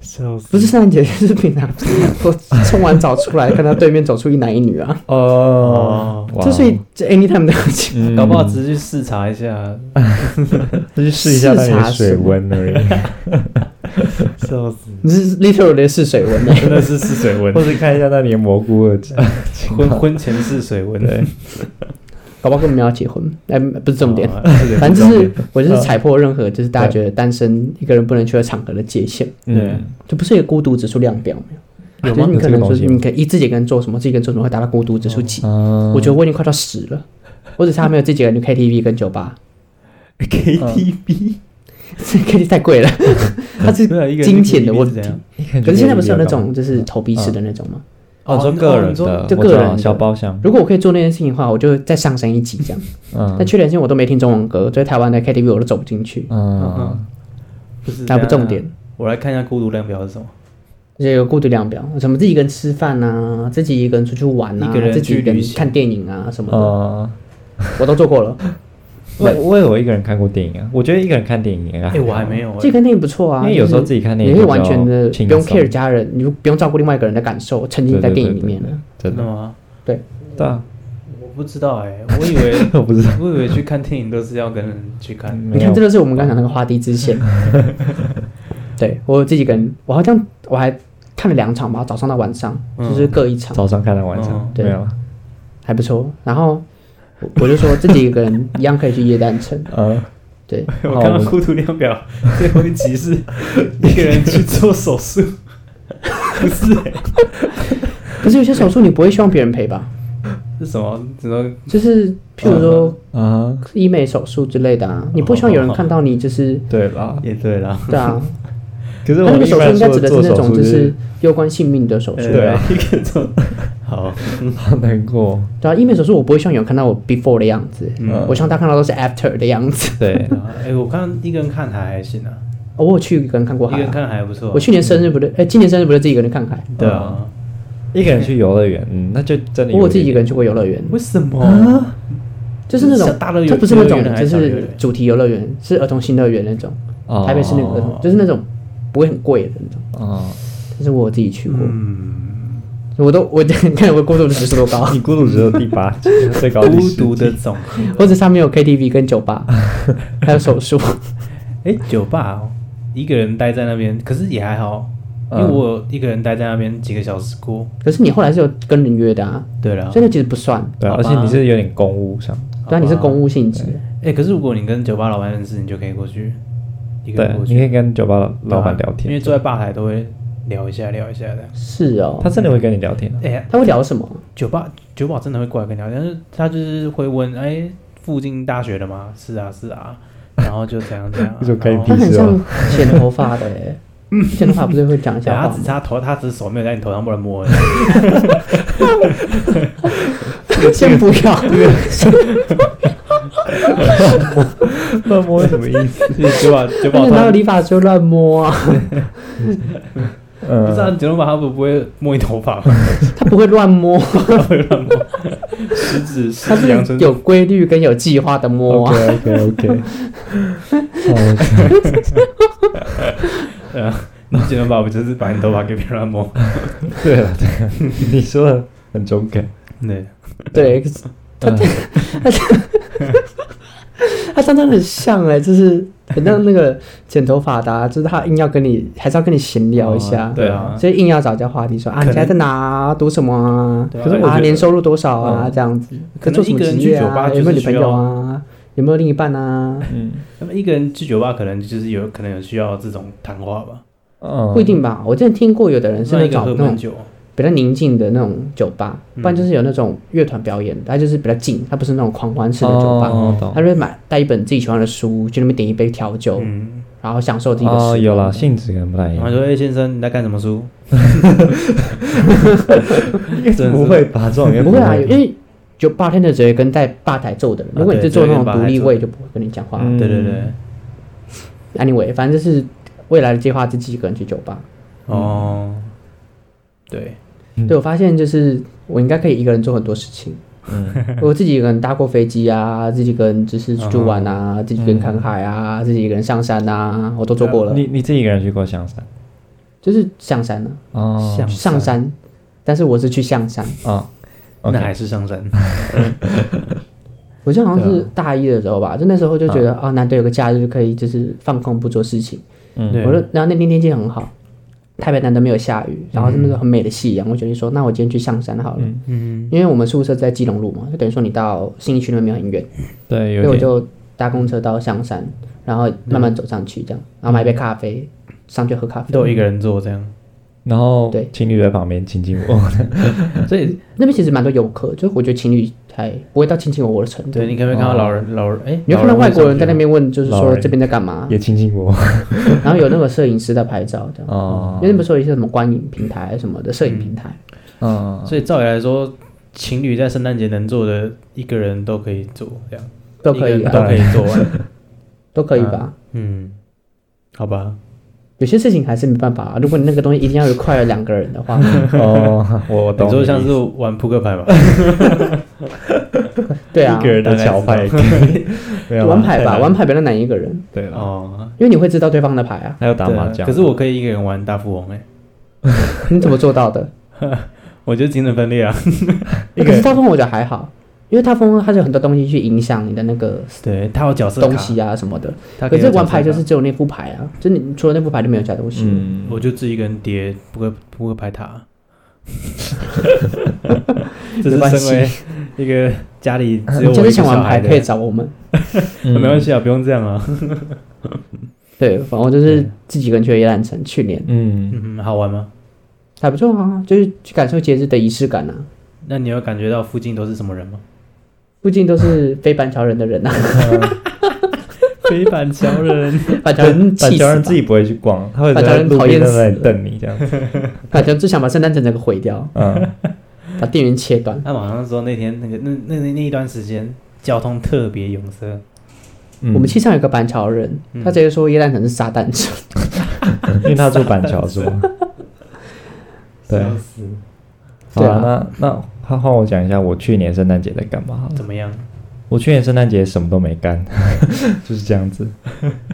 B: 笑死
C: 不是圣诞节，就是平常啊 [LAUGHS] 我冲完澡出来，看到对面走出一男一女啊，
B: 哦，哇
C: 这所以这 anytime 都有情侣。
B: 嗯
A: 搞不好只是去视察一下，
B: 只是试一下那
C: 视
B: 里的
C: 察
B: 水
C: 是
B: 温而已， [LAUGHS] 笑死，
C: 你是 literally 是水啊温的，
A: 真的是试水温
B: 或，是看一下那里的蘑菇的
A: 婚婚前试水温，
B: 对，
C: 搞不好根本没有要结婚，哎，不是重点。
A: 哦，这个
C: 反正就是我就是
B: 嗯
C: 踩破任何就是大家
B: 对
C: 觉得单身一个人不能去的场合的界限，
A: 对
B: 嗯，
C: 就不是一个孤独指数量表，
B: 有
C: 就是
B: 吗？
C: 你可
B: 有
C: 能
B: 这个东
C: 说
B: 西
C: 你可以一自己一个人做什么，自己一个人做什么会达到孤独指数几？
B: 啊
C: 我觉得我已经快到十了，我只差没有自己一个人去 KTV 跟酒吧
A: KTV，
C: [LAUGHS] 这，KTV 太贵了，
B: 嗯
C: [LAUGHS] 它是
A: 对啊一个人
C: 金钱的
A: KTV
C: 问
A: 是这
C: 题
A: 样。
C: 可是现在不是有那种
B: 嗯
C: 就是投币式的那种吗？
B: 哦，说
A: 哦
B: 个人
A: 你说
B: 的，
C: 就
B: 我
C: 个
B: 知道
C: 人的
B: 小包厢，
C: 如果我可以做那件事情的话，我就再上升一级这样。
B: 嗯
C: 但缺点是我都没听中文歌，所以台湾的 KTV 我都走不进去。
B: 嗯，
A: 不
B: 啊
A: 是，
C: 那不重
A: 等一下
C: 点。
A: 我来看一下孤独量表是什么。
C: 这个孤独量表，什么自己一个人吃饭啊，自己一个人出去玩啊，
A: 一个人
C: 自己一个
A: 去旅
C: 人
A: 行
C: 看电影啊什么的，
B: 呃，
C: 我都做过了。
B: 哦我我有一个人看过电影啊，我觉得一个人看电影也还
A: 哎，我还没有
C: 自己
A: 欸，
C: 看电影不错啊，
B: 因为有时候
C: 就是
B: 自己看电影
C: 你
B: 比
C: 会
B: 较
C: 完全的
B: 轻
C: 不用
B: 松
C: care 家人，你就不用照顾另外一个人的感受，沉浸在
B: 对对
C: 电
B: 对
C: 影里面
B: 对
C: 了。
B: 真
A: 真的
B: 的
A: 吗？
C: 对，
B: 对啊， [LAUGHS]
A: 我不知道哎，我以为 [LAUGHS]
B: 我不知道，
A: 我以为去看电影都是要跟人去看。 [LAUGHS]
C: 你
B: 没
C: 看，
B: 有
C: 这就是我们刚讲那个画地
B: [LAUGHS]
C: 自限。对我有自己跟，我好像我还看了两场吧，早上到晚上，
A: 嗯
C: 就是各一场。
B: 早上看到晚上
A: 嗯，
C: 对
B: 没有，
C: 还不错。然后我我就说自己一个人一样可以去夜诞城，
B: 呃， [LAUGHS]
C: 对，
A: 我看到孤独量表最后一集
C: [LAUGHS]
A: 是一个人去做手术，不是欸
C: 可是有些手术你不会希望别人陪吧？
A: 是什么？只能
C: 就是譬如说
B: 啊，
C: 医美手术之类的啊，你不希望有人看到你就是
B: 对啦，
A: 也对啦。
B: [LAUGHS]
C: 对啊。
B: 可嗯是
C: 那
B: 我
C: 那个
B: 一
C: 手术
B: 般
C: 应该指
B: 说
C: 的是
B: 做
C: 那
B: 手
C: 种
B: 术
C: 就是攸关性命的手术，
B: 对啊
A: 呃一个做好，
B: 好难过，
C: 对啊。医美手术我不会希望有人看到我 before 的样子，
B: 嗯
C: 我希望他看到都是 after 的样子。
B: 对，
A: 哎，我看一个人看海还行啊，
C: 哦我有去一个人看过
A: 一个
C: 海
A: 人
C: 啊，
A: 看海还不错。
C: 我去年生日
A: 嗯
C: 不嗯对，哎，今年生日不是自己一个人看海，
A: 对啊，
B: 一个人去游乐园，嗯，那就真的
C: 我
B: 有
C: 有自己一
B: 点
C: 个人去过游乐园，
A: 为什么？
C: 啊就是那种
A: 小大乐园
C: 它不是那种
A: 游乐园还
C: 就是
A: 小乐
C: 是
A: 园
C: 主题游乐园，是儿童新乐园那种。
B: 哦
C: 台北是那个儿童，就是那种不会很贵的那种。
B: 哦，
C: 但是我有自己去过，
A: 嗯，
C: 我都我 [LAUGHS] 你看我过度的指数
A: [LAUGHS]
C: 多高，
B: 你孤独只有第八集，最高第
A: 孤
B: 十
A: 独的
B: 集
A: 总和。
C: 或者上面有 KTV 跟酒
A: [LAUGHS]
C: 吧，还有手术。
A: 哎，酒吧、哦、一个人待在那边，可是也还好，因为
B: 嗯
A: 我有一个人待在那边几个小时过。
C: 可是你后来是有跟人约的啊，
A: 对了，
C: 所以那其实不算。
B: 对啊，
A: 哦好
B: 而
A: 吧
B: 且你是有点公务上，
C: 对啊，你是公务性质，
A: 哎，可是如果你跟酒吧老板认识，你就可以过去一个
B: 对
A: 人，过
B: 你
A: 去
B: 可以跟酒吧
A: 对啊
B: 老老板聊
A: 因为
B: 天，
A: 坐在吧台都会聊一下聊一下的。
C: 是哦
B: 他。真的会跟你聊天啊，
A: 哎，
C: 他会聊什么？
A: 酒吧酒保真的会过来跟你聊天，但是他就是会问，哎，附近大学的吗？是啊是啊，然后就这样这样啊
B: [LAUGHS] ，就可以
A: 然后
B: 你
C: 他
B: 是
C: 很
B: 哦
C: 像剪头发的
A: [LAUGHS]
C: 欸，剪头发不是会讲一
A: 对，
C: 下
A: 他
C: 话
A: 只
C: 吗？
A: 差头，他只是手没有在你头上乱摸
B: [LAUGHS]
A: 而已。
C: [LAUGHS] 先不要，
B: 乱摸什么
A: [LAUGHS]
B: 意思？
A: 就是酒保酒保
C: 而且哪有
A: 他
C: 理发师乱
A: [LAUGHS]
C: 摸啊？
A: 不是啊，
B: 嗯，
A: 酒保他不不会摸你头发吗？ [LAUGHS]
C: 他不会乱摸，
A: 食指
C: 他
A: 食指阳
C: 是
A: 春
C: 有规律跟有计划的摸啊。
B: OK OK OK，
A: 对啊，你剪头发不就是把你头发给别人乱摸？
B: 对了对了，你说的很中肯，
A: [LAUGHS] 对，
C: [LAUGHS] 对，可是他
B: 嗯
C: 他他他真的很像哎、就是很像那个剪头发的、啊，就是他硬要跟你，还是要跟你闲聊一下，
A: 哦对啊
C: 所以硬要找一下话题说啊，
A: 可
C: 你
A: 能
C: 现在在哪啊、读什么啊？
A: 对啊
B: 可是我
C: 啊，
B: 觉
C: 年
B: 得
C: 收入多少啊？
B: 嗯
C: 这样子，
A: 哦可能
C: 做什么
A: 一个人
C: 职业
A: 去酒吧
C: 啊？
A: 就是
C: 有没有女朋
A: 需要
C: 友啊？有没有另一半啊？
B: 嗯
A: 那么一个人去酒吧，可能就是有可能有需要这种谈话吧。
B: 嗯
C: 不一定吧？我之前听过有的人是
A: 是
C: 那
A: 一个
C: 种
A: 喝
C: 那
A: 闷
C: 种
A: 酒，
C: 比较宁静的那种酒吧，
B: 嗯
C: 不然就是有那种乐团表演，它就是比较静，它不是那种狂欢式的酒吧。
B: 哦
C: 他就会买带一本自己喜欢的书，去那边点一杯调酒，
A: 嗯，
C: 然后享受这个时
B: 哦，
C: 光嗯
B: 有了，性质可能不太一
A: 然后
B: 样。
A: 说：“哎，先生，你在看什么书真的是
B: 不会吧？这种应该
C: 不会啊，
B: 吧
C: 因为酒 bartender 只会跟在吧台坐的人，
A: 啊
C: 如果你是
A: 对
C: 坐那
A: 只会
C: 种
A: 跟 bar
C: 独
A: 台
C: 立
A: 坐的
C: 位，就不会跟你讲话。
B: 嗯？”
A: 对对对，
C: Anyway，反正就是未来的计划是自己一个人去酒吧。
A: 哦，对，
B: 嗯
C: 对我发现就是我应该可以一个人做很多事情。
B: 嗯
C: [LAUGHS] 我自己一个人搭过飞机啊，自己一个人就是出
B: 嗯
C: 去玩啊，自己一个人看海啊，自己一个人上山啊，我都做过了。
B: 你你自己一个人去过香山？
C: 就是上山啊，
B: 哦，
A: 象
C: 上山，但是我是去象山。
B: 啊，
A: 那
B: OK，
A: 还是上山，
C: 我记得好像是
A: 啊
C: 大一的时候吧，就那时候就觉得啊，难得有个假日可以就是放空不做事情。
B: 嗯
A: 对
C: 我说，然后那天天气很好，台北难得没有下雨，然后是那种很美的夕阳，我决定说，那我今天去象山好了，
A: 嗯，
C: 因为我们宿舍在基隆路嘛，就等于说你到新义区那边没有很远，
B: 对，
C: 所以
B: 有
C: 我
B: 点
C: 就搭公车到象山，然后慢慢走上去这样，然后买一杯咖啡，上去喝咖啡。
A: 嗯都有一个人做这样，
B: 然后
C: 对
B: 情侣在旁边亲亲
C: [LAUGHS]
B: 我，
A: 所以
C: 那边其实蛮多游客，就我觉得情侣还不会到亲近我我的程度。
A: 对，你可不可以看到老人老人？哎，
C: 你会看到
A: 老
C: 外
A: 会上去
C: 国人在那
A: 吗，
C: 边问，就是
B: 老
C: 说
B: 人
C: 这边在
A: [LAUGHS]
C: 干嘛，
B: 也亲亲我。
C: 然后有那个摄影师在拍照这样。
B: 哦
C: 因，为那边说有一些什么观影平台什么的摄影平台，
B: 嗯，
A: 所以照理来说，情侣在圣诞节能做的，一个人都可以做，这样
C: 都可
A: 一个
C: 以
A: 人
C: 啊，
A: 都可以做完，
C: 都可以吧？
A: [LAUGHS] 嗯，好吧，
C: 有些事情还是没办法、啊，如果你那个东西一定要 require 两个人的话，
A: 嗯 [LAUGHS]
B: 哦，我我懂
A: 你
B: 的意思。
A: 说像是玩扑克牌吧，
C: 对啊
B: 一个，人的桥牌， [LAUGHS] 没有啦
C: 玩牌
B: 太
C: 吧，
B: 难
C: 玩牌比较难一个人，
B: 对了，
A: 哦，
C: 因为你会知道对方的牌啊，
B: 还有打
A: 对啊
B: 麻将。
A: 可是我可以一个人玩大富翁，哎，
C: 你怎么做到的？
A: 我觉得精神分裂啊，
C: 可是大风我觉得还好，因为大风它就有很多东西去影响你的那个
A: 对他有角色卡
C: 东，西啊什么的，
A: 他
C: 可
A: 以
C: 是
A: 有角
C: 玩
A: 色
C: 牌就
A: 卡
C: 是只有那副牌啊，就你除了那副牌就没有其他东西。
B: 嗯，
A: 我就自己一个人叠扑克扑克牌塔， [LAUGHS] 这是
C: 没关
A: 身为一个家里只有
C: 你
A: 我一个
C: 下次想
A: 小
C: 玩
A: 孩
C: 牌
A: 的，
C: 可以找我们，
A: 没关
B: 系。
A: 系啊，不用这样啊。
C: 对，反正我就是自己一个人去夜兰城，去年
B: [LAUGHS] 嗯，
A: 嗯，好玩吗？
C: 还不错啊，就是去感受节日的仪式感啊。
A: 那你有感觉到附近都是什么人吗？
C: 附近都是非板桥人的人啊，
A: [LAUGHS]
C: [LAUGHS]
A: 非板桥人，
C: 板桥人
B: 板
C: 气死
B: 桥
C: 吧
B: 人自己不会去逛，他会
C: 板桥
B: 在
C: 人
B: 路
C: 讨
B: 边
C: 厌
B: 在
C: 死
B: 那里瞪你这样。
C: 板桥人就想把圣诞城整个毁掉，
B: 嗯，
C: 把电源切断。
A: 他网上说那天那个那那那那一段时间交通特别拥塞，
B: 嗯
C: 我们系上有个板桥人，
A: 嗯
C: 他直接说耶诞城是撒旦 [LAUGHS] 城，
B: [LAUGHS] 因为他住板桥是
C: [LAUGHS]
B: 吗？对，
A: 笑死
B: 好
C: 啊对啊
B: 了，啊那那换换我讲一下我去年圣诞节在干嘛好了。
A: 怎么样？
B: 我去年圣诞节什么都没干， [LAUGHS] 就是这样子。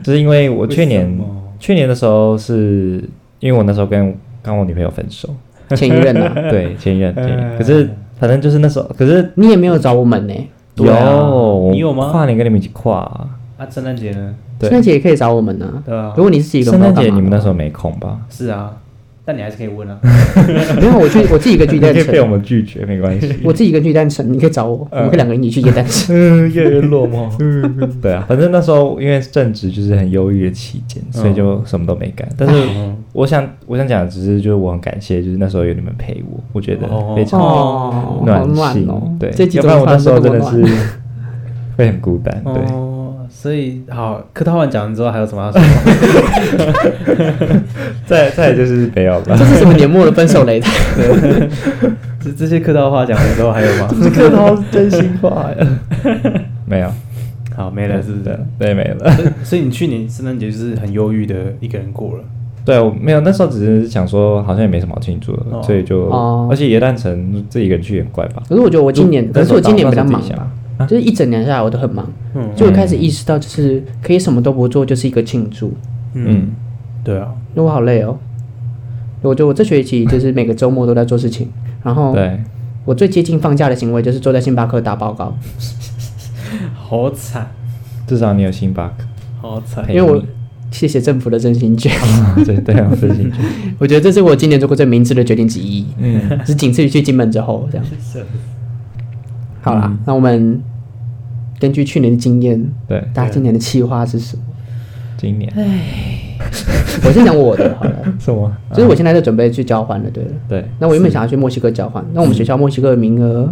B: 就是因为我去
A: 为什
B: 年
A: 么
B: 去年的时候是，因为我那时候跟跟我女朋友分手，
C: 前一任
B: [LAUGHS]
C: 啊，
B: 对前任，前任。
A: 嗯
B: 可是反正就是那时候，可是
C: 你也没有找我们呢、
A: 对啊
B: 有
A: 你有吗
B: 跨年跟你们一起跨啊，
A: 啊，圣诞节呢？
B: 对
C: 圣诞节也可以找我们啊。
A: 对啊
C: 如，果你是自己一个
B: 圣
C: 人，
B: 诞节你们那时
C: 候
B: 候没空吧？
A: 是啊，但你还是可以问啊。
C: 没有，我去我自己一个去
B: 你
C: 耶
B: 可
C: 诞
B: 以被我
C: 城，
B: 们拒绝，没关系。
C: 我自己一个去耶诞城，你可以找我，我们可以两个人一起去耶
B: [LAUGHS]
C: 诞城。
B: 嗯，越来越落
A: 嗯
B: 寞。对啊，反正那时候因为正值就是很忧郁的期间，所以就什么都没干。但是
A: 嗯
B: 我想，我想讲的只是就是我很感谢，就是那时候有你们陪我，我觉得
A: 哦
B: 非常
C: 哦，好
B: 暖
C: 暖
B: 心。
C: 哦。
B: 对
C: 这，集
B: 要
C: 怎
B: 不然我
C: 么突然
B: 那时候真
C: 这
B: 的
C: 么
B: 是
C: 暖？
B: [LAUGHS] 会很孤单。 [LAUGHS] 对，
A: 哦，所以好，客套话讲完之后还有什么要说？
B: [LAUGHS] 再再就是没有了
C: [LAUGHS] 这。是什么年末的分手擂台？
A: 这这些客套话讲完之后
B: [LAUGHS]
A: 还有吗？
B: 客套是真心话呀， [LAUGHS] 没有，
A: 好，没了，是不是
B: 对？对没了。 [LAUGHS]
A: 所以所以你去年圣诞节就是很忧郁的一个人过了，
B: 对，我没有，那时候只是想说好像也没什么好庆祝的，
A: 哦
B: 所以就、
C: 哦
B: 而且耶诞城自己一个人去也很怪吧。
C: 可是我觉得我今年，可是我今年比较忙
B: 那时候
C: 吧，
B: 啊
C: 就是一整年下来我都很忙，
A: 嗯
C: 就我开始意识到，就是可以什么都不做，就是一个庆祝，
A: 嗯，
B: 嗯，
A: 对啊，
C: 因为我好累哦。我觉得我这学期就是每个周末都在做事情，然后
B: 对，
C: 我最接近放假的行为就是坐在星巴克打报告，
A: 好惨，
B: 至少你有星巴克
C: [LAUGHS]
A: 好 [LAUGHS] 惨
B: 陪
C: 因为我
B: 你
C: 谢谢政府的真心券，
B: 对对啊，真心去。
C: [LAUGHS] 我觉得这是我今年做过最明智的决定之一，
B: 嗯，
C: 是仅次于去金门之后这样。
B: 嗯
C: 好啦，那我们根据去年的经验，
B: 对，
C: 大家今年的计划是什么？
B: 今年
C: 我先讲我的好
B: [LAUGHS]
C: 了，
B: 什么？啊
C: 就是我现在就准备去交换了，对了。
B: 对，
C: 那我原本想要去墨西哥交换，那我
B: 嗯
C: 们学校墨西哥的名额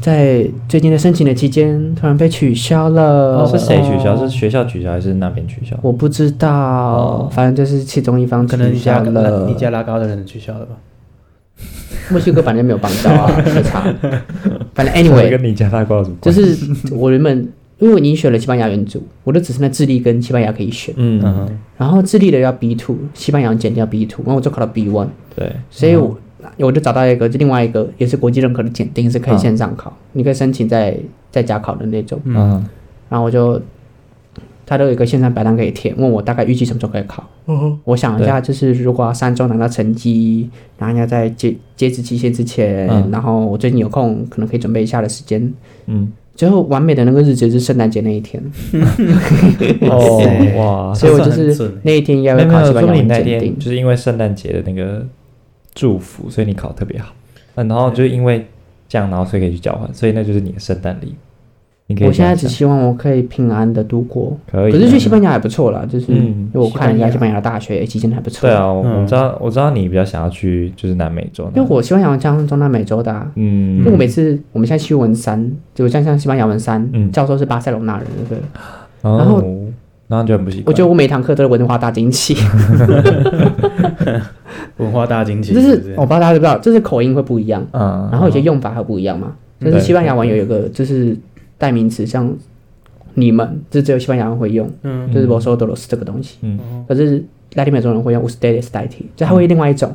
C: 在最近的申请的期间突然被取消了。
B: 哦是谁取消？
A: 哦
B: 是学哦校取消还是那边取消？
C: 我不知道，反正就是其中一方
A: 可能
C: 取
A: 尼加
C: 消了。
A: 尼加拉高的人取消了吧？
C: 墨西哥反正没有帮到啊，
B: [LAUGHS]
C: 没差。反正
B: 我 [LAUGHS]
C: anyway，
B: 跟你加大瓜有什么
C: 就
B: 关系？
C: 是我原本因为我已经选了西班牙原组，我就只剩下智利跟西班牙可以选。
B: 嗯
A: 嗯
B: 嗯
A: 哼，
C: 然后智利的要 B two，西班牙减掉 B two，然后我就考到 B one，
B: 对，
C: 所以我、我就找到一个就另外一个也是国际认可的检定，是可以线上考，你可以申请在在家考的那种。
B: 嗯
C: 然后我就他都有一个线上表单可以填，问我大概预计什么时候可以考。
B: 嗯
C: 我想一下，就是如果三周拿到成绩，然后要在截截止期限之前，
B: 嗯
C: 然后我最近有空，可能可以准备一下的时间。
B: 嗯，
C: 最后完美的那个日子就是圣诞节那一天，
A: 嗯
C: [LAUGHS]
A: [LAUGHS]
B: 哦哇，
C: 所以我就
A: 啊算很准
C: 是那一天应该
B: 嗯没有
C: 会
B: 没
C: 考西
B: 有，
C: 班
B: 说
C: 牙
B: 明你
C: 文
B: 那
C: 检
B: 天
C: 定。
B: 就是因为圣诞节的那个祝福，所以你考得特别好。嗯，然后就因为这样，然后所以可以去交换，所以那就是你的圣诞礼物。你可以
C: 我
B: 这
C: 现在
B: 样
C: 只
B: 想
C: 希望我可以平安的度过。
B: 可以
C: 可
B: 的，
C: 是去西班牙也不错啦，就是
B: 嗯
C: 因为我看了一下西
A: 西
C: 班牙的大学，期间还不错。
B: 对啊，，我
A: 嗯
B: 我知道我知道你比较想要去就是南美洲那，
C: 因为我西班牙加上中南美洲的、啊，
B: 嗯
C: 因为我每次我们现在去文山，就像像西班牙文山，
B: 嗯
C: 教授是巴塞隆纳人，对不对？
B: 然
C: 然后
B: 然后就很不习惯，
C: 我觉得我每堂课都是文化大惊喜，
A: 文化大惊奇，
C: 就是哦
A: 不
C: 是我不知道大家知不知道，就是口音会不一样，
B: 嗯，
C: 然后有些用法会不一样嘛。
B: 嗯
C: 就是西班牙文有一个就是代名词，像你们，就只有西班牙人会用，
A: 嗯
C: 就是 vosotros 这个东西，
B: 嗯
C: 可是拉丁美洲人会用 ustedes 代替，就它会另外一种，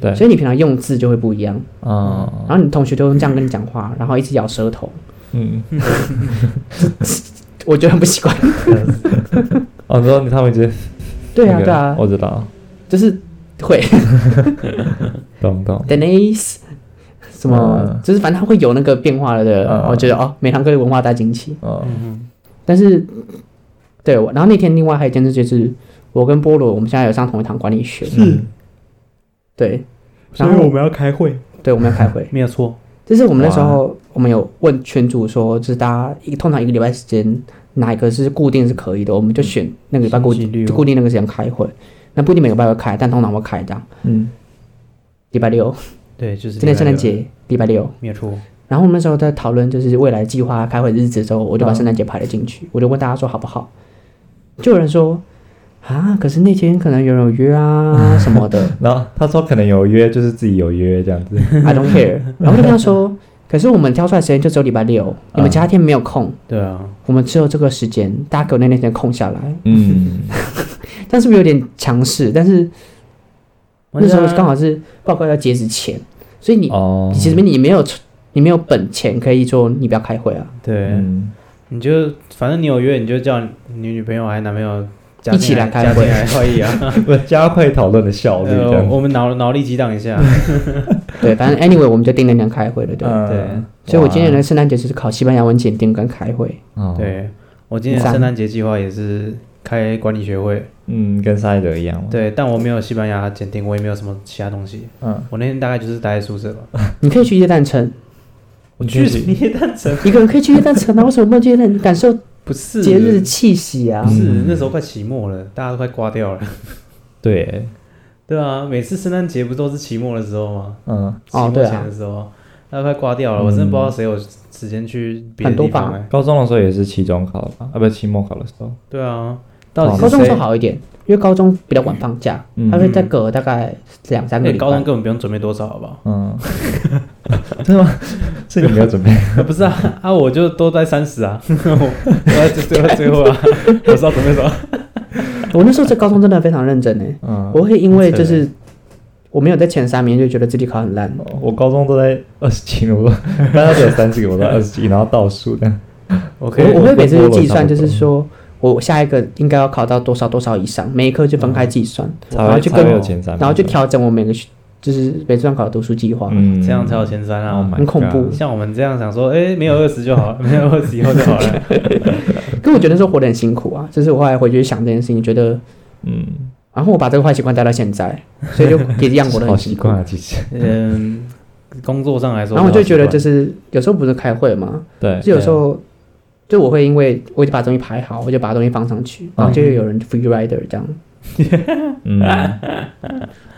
B: 对，
C: 所以你平常用字就会不一样。
B: 嗯
C: 然后你同学就用这样跟你讲话，然后一直咬舌头，
B: 嗯，
C: 我觉得很不习惯。
B: 哦，然后他们一直
C: 对啊，
B: 那个
C: 对啊，
B: 我知道，
C: 就是会。 [LAUGHS]
B: 懂懂，
C: Denise 什么，
B: 嗯
C: 就是反正他会有那个变化的，
B: 嗯
C: 我觉得哦，每堂课的文化大惊奇。
B: 嗯
C: 但是对我，然后那天另外还有一件事就是，我跟菠萝我们现在有上同一堂管理学，
B: 嗯
C: 对
A: 所以我们要开会，。
C: 对，我们要开
A: [LAUGHS]
C: 会
A: 没有错，
C: 就是我们那时候我们有问群主说，就是大家一通常一个礼拜时间哪一个是固定是可以的，我们就选那个礼拜固
A: 星期六
C: 定就固定那个时间开会。那不一定每个礼拜会开，但通常会开这样。
B: 嗯
C: 礼拜六，
A: 对，就是
C: 今天圣诞
A: 礼拜
C: 节，礼拜六。
A: 六，没有错，
C: 然后我们那时候在讨论就是未来计划开会日子的时候，我就把
B: 嗯
C: 圣诞节排了进去，我就问大家说好不好？就有人说啊，可是那天可能有人有
B: [LAUGHS]
C: 约啊什么的
B: 然后他说可能有约，就是自己有约这样
C: [LAUGHS]
B: 子，
C: ，I don't care。然后我就跟他说，可是我们挑出来时间就只有礼拜六，
B: 嗯
C: 你们其他天没有空，
A: 对啊，
C: 我们只有这个时间，大家给我那天时间空下来。
B: 嗯，
C: 但是不是有点强势？但是那时候刚
A: 好
C: 好是报告要截止前，所以你、
B: 哦，
C: 其实你没有你没有本钱可以说你不要开会啊，
A: 对，
B: 嗯，
A: 你就反正你有约，你就叫你女朋友还是男朋友加
C: 一起
A: 进
C: 来开
A: 加进
C: 会
A: 来会议
C: [LAUGHS]
A: 啊，
B: 不加快讨论的效率
A: 呃
B: 这样子，
A: 我们脑脑力激荡一下，
C: 对，反正 anyway 我们就定那天开会了，对。
B: 嗯
A: 对，
C: 所以我今年的圣诞节就是考西班牙文检定跟开会，
B: 哇，哦
C: 嗯
A: 对我今年
C: 赞
A: 圣诞节计划也是开管理学会，
B: 嗯，跟沙溢德一样嘛，
A: 对，但我没有西班牙检定，我也没有什么其他东西，
B: 嗯，
A: 我那天大概就是待在宿舍吧，
C: 你可以去耶诞城，
A: 我去你也单纯
C: 一个人可以去耶诞城啊，为什么不能去耶诞？感受
A: 不是
C: 节日的气息啊
B: 嗯
A: 不！是，那时候快期末了，大家都快挂掉
B: [LAUGHS]
A: 了。
B: 对，
A: 对啊，每次圣诞节不都是期末的时候吗？
B: 嗯，
A: 期
C: 哦
A: 末
C: 对啊
A: 前的时候，大家快挂掉了。我真的不知道谁有时间去别的
C: 很多
A: 地方
C: 吧
A: 哎。
B: 高中的时候也是期中考吧，啊，不是期末考的时候，
A: 对啊，到底
B: 哦
A: 是
C: 高中
A: 谁
C: 说，好一点，因为高中比较晚放假
B: 嗯，？
C: 他会再隔大概两三个
A: 哎
C: 礼
A: 高中
C: 拜。
A: 根本不用准备多少，好不好 [LAUGHS]
B: 嗯，
C: [LAUGHS]
B: 真的吗？ [LAUGHS] 是你没有准备？
A: 啊不是啊，啊我就都在三十啊， [LAUGHS] 我我在最最后最后啊，我知道准备什么。
C: 我那时候在高中真的非常认真诶，
B: 嗯，
C: 我会因为就是我没有在前三名就觉得自己考很烂，
B: 我高中都在二十几，
C: [LAUGHS]
B: 我都班上只有三十个，我都二十几，然后倒数这样。
A: 我可以
C: 我我会每次
B: 我
C: 去
B: 跟我
C: 计算，
B: 差不
C: 就
B: 多
C: 是说我下一个应该要考到多少多少以上，每一科就分开计算，
B: 嗯才
C: 然后
B: 会
C: 去
B: 才
C: 跟
B: 会有前三名，
C: 然后去调整我每个学就是每次段考的读书计划。
B: 啊嗯，
A: 这样才有前三啊。
B: Oh my
C: 很恐怖
B: God
A: 像我们这样想说，哎，没有二十就好了， [LAUGHS] 没有二十以后就好了。
B: [LAUGHS]
C: 可我觉得说活得很辛苦啊，就是我后来回去想这件事情，觉得，
B: 嗯，
C: 然后我把这个坏习惯带到现在，所
B: [LAUGHS]
C: 以就也一样活得
B: 好
C: 很
B: 习
C: 辛苦
B: 惯。啊，其实
A: 嗯，工作上来说，
C: 然后我就觉得，就是是有时候不是开会嘛，
B: 对，
C: 就有时候就我会因为我就把东西排好，我就把东西放上去，然后就有人 free rider 这样，
B: 嗯，
C: [LAUGHS]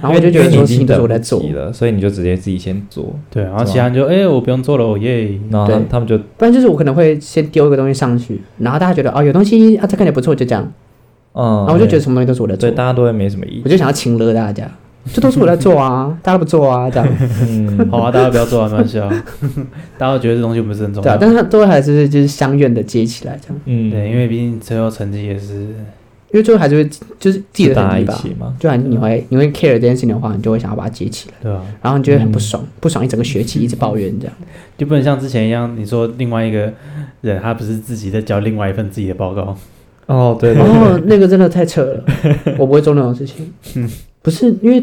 C: 然后我就觉得
B: 因为
C: 说
B: 你已
C: 事
B: 经
C: 情都是
B: 等
C: 我
B: 不
C: 在做，
B: 及了，所以你就直接自己先做，
A: 对，然后其他人就哎、我不用做了，我耶。
B: 然后他
C: 对
B: 他们就
C: 不然就是我可能会先丢一个东西上去，然后大家觉得哦有东西啊这看起来不错就这样，
B: 嗯，
C: 然后我就觉得什么东西都是我在
B: 对
C: 做，
B: 大家都会没什么意
C: 我
B: 见，
C: 就想要请
B: [LAUGHS]
C: 了大家，这都是我在做啊，大家都不做啊这样，
B: 嗯，
A: [LAUGHS] 好啊，大家不要做啊，没关
C: [LAUGHS]
A: 系啊。大家都觉得这东西不是很重
C: 对啊
A: 要，，
C: 但是他最后还是就是相愿的接起来这样，
B: 嗯，
A: 对，因为毕竟最后成绩也是
C: 因为最后还是会就是自己的
B: 大家
C: 成绩
B: 一
C: 吧，
B: 起嘛，
C: 就然你会你会 care 这件事情的话，你就会想要把它接起来，
A: 对啊吧？
C: 然后你就会
B: 嗯
C: 很不爽，不爽一整个学期一直抱怨这样，
A: 就不能像之前一样，你说另外一个人他不是自己在交另外一份自己的报告，
B: 哦， [LAUGHS] 对对
C: 然
B: 对，
C: 后那个真的太扯
B: [LAUGHS]
C: 了，我不会做那种事情，
B: 嗯
C: 不是因为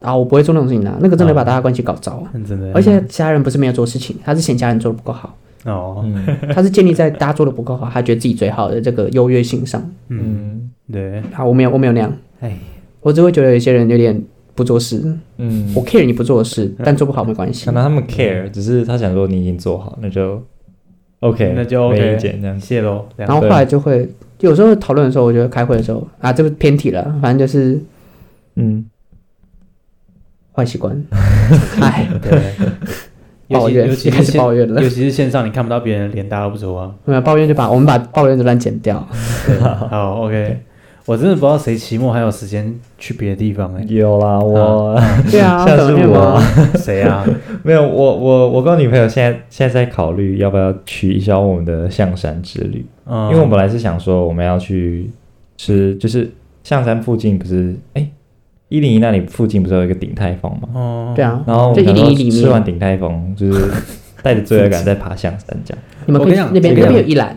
C: 啊我不会做那种事情啊，那个真的把大家关系搞糟啊。
A: 认
B: 嗯
A: 真的。
C: 而且其他人不是没有做事情，他是嫌其他人做的不够好，
A: 哦，
B: 嗯
C: 他是建立在大家做的不够好，他觉得自己最好的这个优越性上。
A: 嗯，
B: 嗯
A: 对，
C: 啊，我没有，我没有那样，
A: 哎，
C: 我只会觉得有些人有点不做事。
B: 嗯，
C: 我 care 你不做的事，但做不好没关系
B: 可。能他们 care，只是他想说你已经做好，那就 OK，
A: 那就
B: 没
A: OK，
B: 意见这样子，
A: 谢喽。这
C: 然
A: 样
C: 后后来就会有时候讨论的时候，我觉得开会的时候啊，这个偏题了，反正就是
B: 嗯，，
C: 坏习惯。哎，
A: 对，尤
C: 抱
A: 其
C: 怨 [LAUGHS]
A: 尤其
C: 开
A: 是
C: 始
A: 线
C: 抱怨了
A: 尤，其是线上你看不到别人的脸，大家都不说话。
C: 没有抱怨就把我们把抱怨这段剪掉。
A: 对
C: 啊
A: 好，OK，我真的不知道谁期末还有时间去别的地方哎
B: 有啦，我
C: 对啊，
B: 像是
C: 怎么会
B: 我
C: 吗？
A: 谁
C: [LAUGHS]
A: 啊？
B: [LAUGHS] 没有，我我我跟我女朋友现在现在在考虑要不要取消我们的象山之旅，
A: 嗯，
B: 因为我们本来是想说我们要去吃，就是象山附近不是哎一零一那里附近不是有一个鼎泰丰吗？
A: 哦，
C: 对啊，
B: 然后我
C: 就
B: 们
C: 一
B: 想
C: 零
B: 说
C: 一里
B: 吃完
C: 面，
B: 鼎泰丰，就是带着罪恶感再爬象山这样。
C: 你们
A: 我
C: 可以
A: 跟你讲
C: 那边
A: 这
C: 那
A: 个
C: 边有一栏，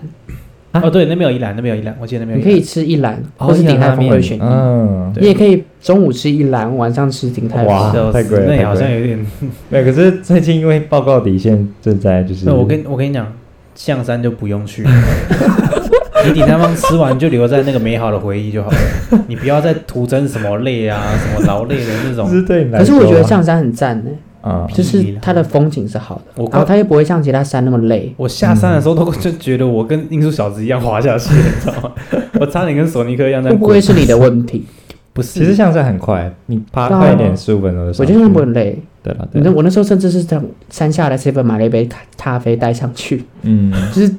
A: 哦，对，那边有一栏，那边有一栏，我记得那边
C: 你
A: 有
C: 可
A: 一
C: 以
A: 栏。
C: 吃一栏，或是
B: 哦
C: 鼎泰
B: 一
C: 丰
B: 兰拉
C: 二
B: 面
C: 选一。
B: 嗯，
A: 对
C: 你也可以中午吃一兰，晚上吃鼎泰丰。
B: 哇
A: 笑死
B: 太贵了
A: 那也
B: 太
A: 好
B: 贵
A: 像有点。
B: 对，可是最近因为报告底线正在
C: 嗯
B: 就是，
A: 那我跟我跟你讲，象山就不用去了， [LAUGHS] 你顶他方吃完就留在那个美好的回忆就好了，你不要再徒增什么累啊、什么劳累的那
B: 只是
A: 种。
B: 对你来
C: 可是我觉得
B: 说
C: 象山很赞呢、
B: 啊，
A: 屁
C: 就是它的风景是好的，
A: 我
C: 然后它又不会像其他山那么累。
A: 我下山
C: 嗯
A: 的时候都就觉得我跟音速小子一样滑下去，你知道吗？ [LAUGHS] 我差点跟索尼克一样在
C: 会不会是你的问题？
A: 不是，
B: 其实象山很快，你爬
C: 对啊
B: 快一点，十五分钟就上
C: 我
B: 去
C: 觉
B: 了。
C: 得那么累。
B: 对了，
C: 你
B: 对
C: 知道
B: 了，
C: 我那时候甚至是在山下来 seven 买了一杯咖咖啡带上去，
B: 嗯
C: 就是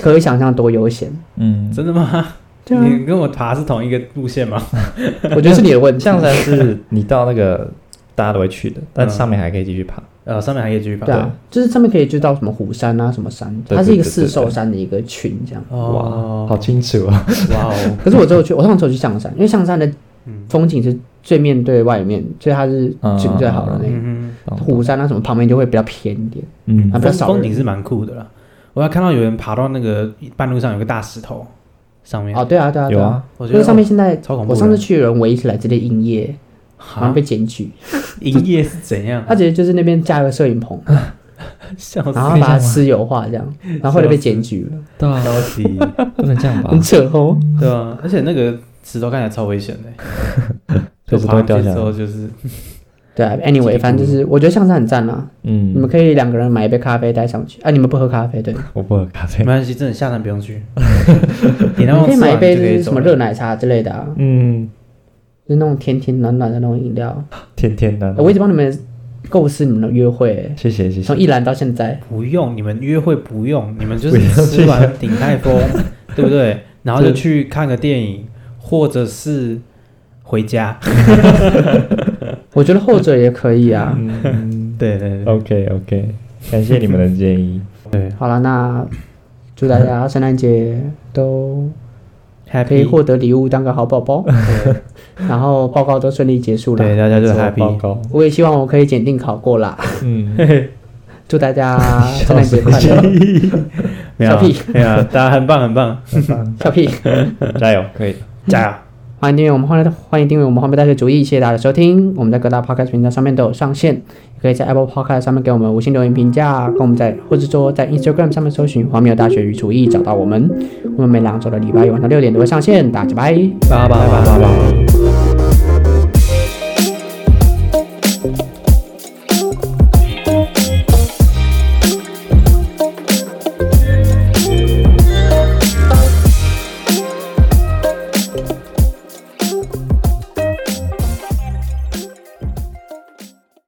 C: 可以想象多悠闲。
B: 嗯，
A: 真的吗？
C: 对啊，
A: 你跟我爬是同一个路线吗？
C: 我觉得是你的问题。
B: 象山是你到那个大家都会去的，
C: 嗯
B: 但上面还可以继续爬。
A: 呃，上面还可以继续爬。
C: 对啊，就是上面可以知道什么虎山啊，什么山，
B: 对
C: 它是一个
B: 对对
C: 四兽
B: 对
C: 山的一个群这样。
A: 哦，
B: 哇，好清楚啊！
A: 哇哦，
C: 可是我只有去，我通常只有去象山，因为象山的
A: 嗯
C: 风景是最面对外面，所以它是景哦最好的那一个。
A: 嗯
B: 懂
C: 虎山啊什么旁边就会比较偏一点，
B: 嗯
C: 啊
A: 哼，
C: 比较
A: 风
C: 少
A: 风
C: 人
A: 景是蛮酷的啦。我还看到有人爬到那个半路上有个大石头上面
C: 哦，，对啊，对啊，对
B: 有
C: 啊。
B: 啊，
A: 我觉得
C: 那个上面现在
A: 超恐怖的
C: 我上次去有人围起来，直接营业，好像
A: 哈
C: 被检举。
A: 营业是怎样？
C: 他直接就是那啊边架个摄影棚，
A: 笑死，
C: 然后把它私有化啊这样，然后后来被检举了，
B: 对啊，
A: 消
B: [LAUGHS]
A: 息，
B: 不能这样吧
C: 很扯哦。
A: 对啊，而且那个石头看起来超危险的，
B: 随
A: 就
B: 时都
A: 爬
B: 会
A: 上
B: 掉
A: 去
B: 下
A: 之后
B: 来。
A: 就是
C: 对啊，anyway，反正就是我觉得象山很赞啊，
B: 嗯
C: 你们可以两个人买一杯咖啡带上去啊，你们不喝咖啡对，你
B: 我不喝咖啡
A: 没。关系，真的下山不用
C: [LAUGHS]
A: 去，你那
C: 可以买一杯就是什么热
A: 奶，
C: 奶茶之类的啊，
B: 嗯，
C: 就是那种甜甜暖暖的那种饮料。
B: 甜甜的
C: 呃。我一直帮你们构思你们的约会欸，
B: 谢谢谢谢
C: 从。一兰到现在，
A: 不用，你们约会不用，你们就
B: 不要
A: 是
B: 去
A: 吃完鼎泰
C: [LAUGHS]
A: 丰，对不对？然后就去看个电影，或者是回家，
C: 我觉得后者也可以啊。
B: 嗯
A: 对对对
B: ，OK OK，感谢你们的建议。
A: 对
C: 好了，那祝大家圣诞节都可
A: ，Happy
C: 以
A: [LAUGHS]
C: 获得礼物，当个好宝宝，然后报告都顺利结
A: [LAUGHS]
C: 束
A: 对
C: 了。
A: 大家就
B: 做报
A: Happy，
B: 告。
C: 我也希望我可以检定考过啦， [LAUGHS]
B: 嗯，
C: 祝大家圣诞节快乐， [LAUGHS]
A: 没有啊
C: 小屁
A: 没有啊，大家很棒很棒，
C: 小屁，
B: [LAUGHS] 加油，可以的。
A: 加油！
C: 欢迎订阅我们欢迎欢迎订阅我们荒谬大学主义，谢谢大家的收听，我们在各大 podcast 平台上面都有上线，也可以在 Apple Podcast 上面给我们五星留言评价，跟我们在或者说在 Instagram 上面搜寻荒谬大学与主义找到我们，我们每两周的礼拜一晚上六点都会上线，大家拜。
A: 拜拜拜拜。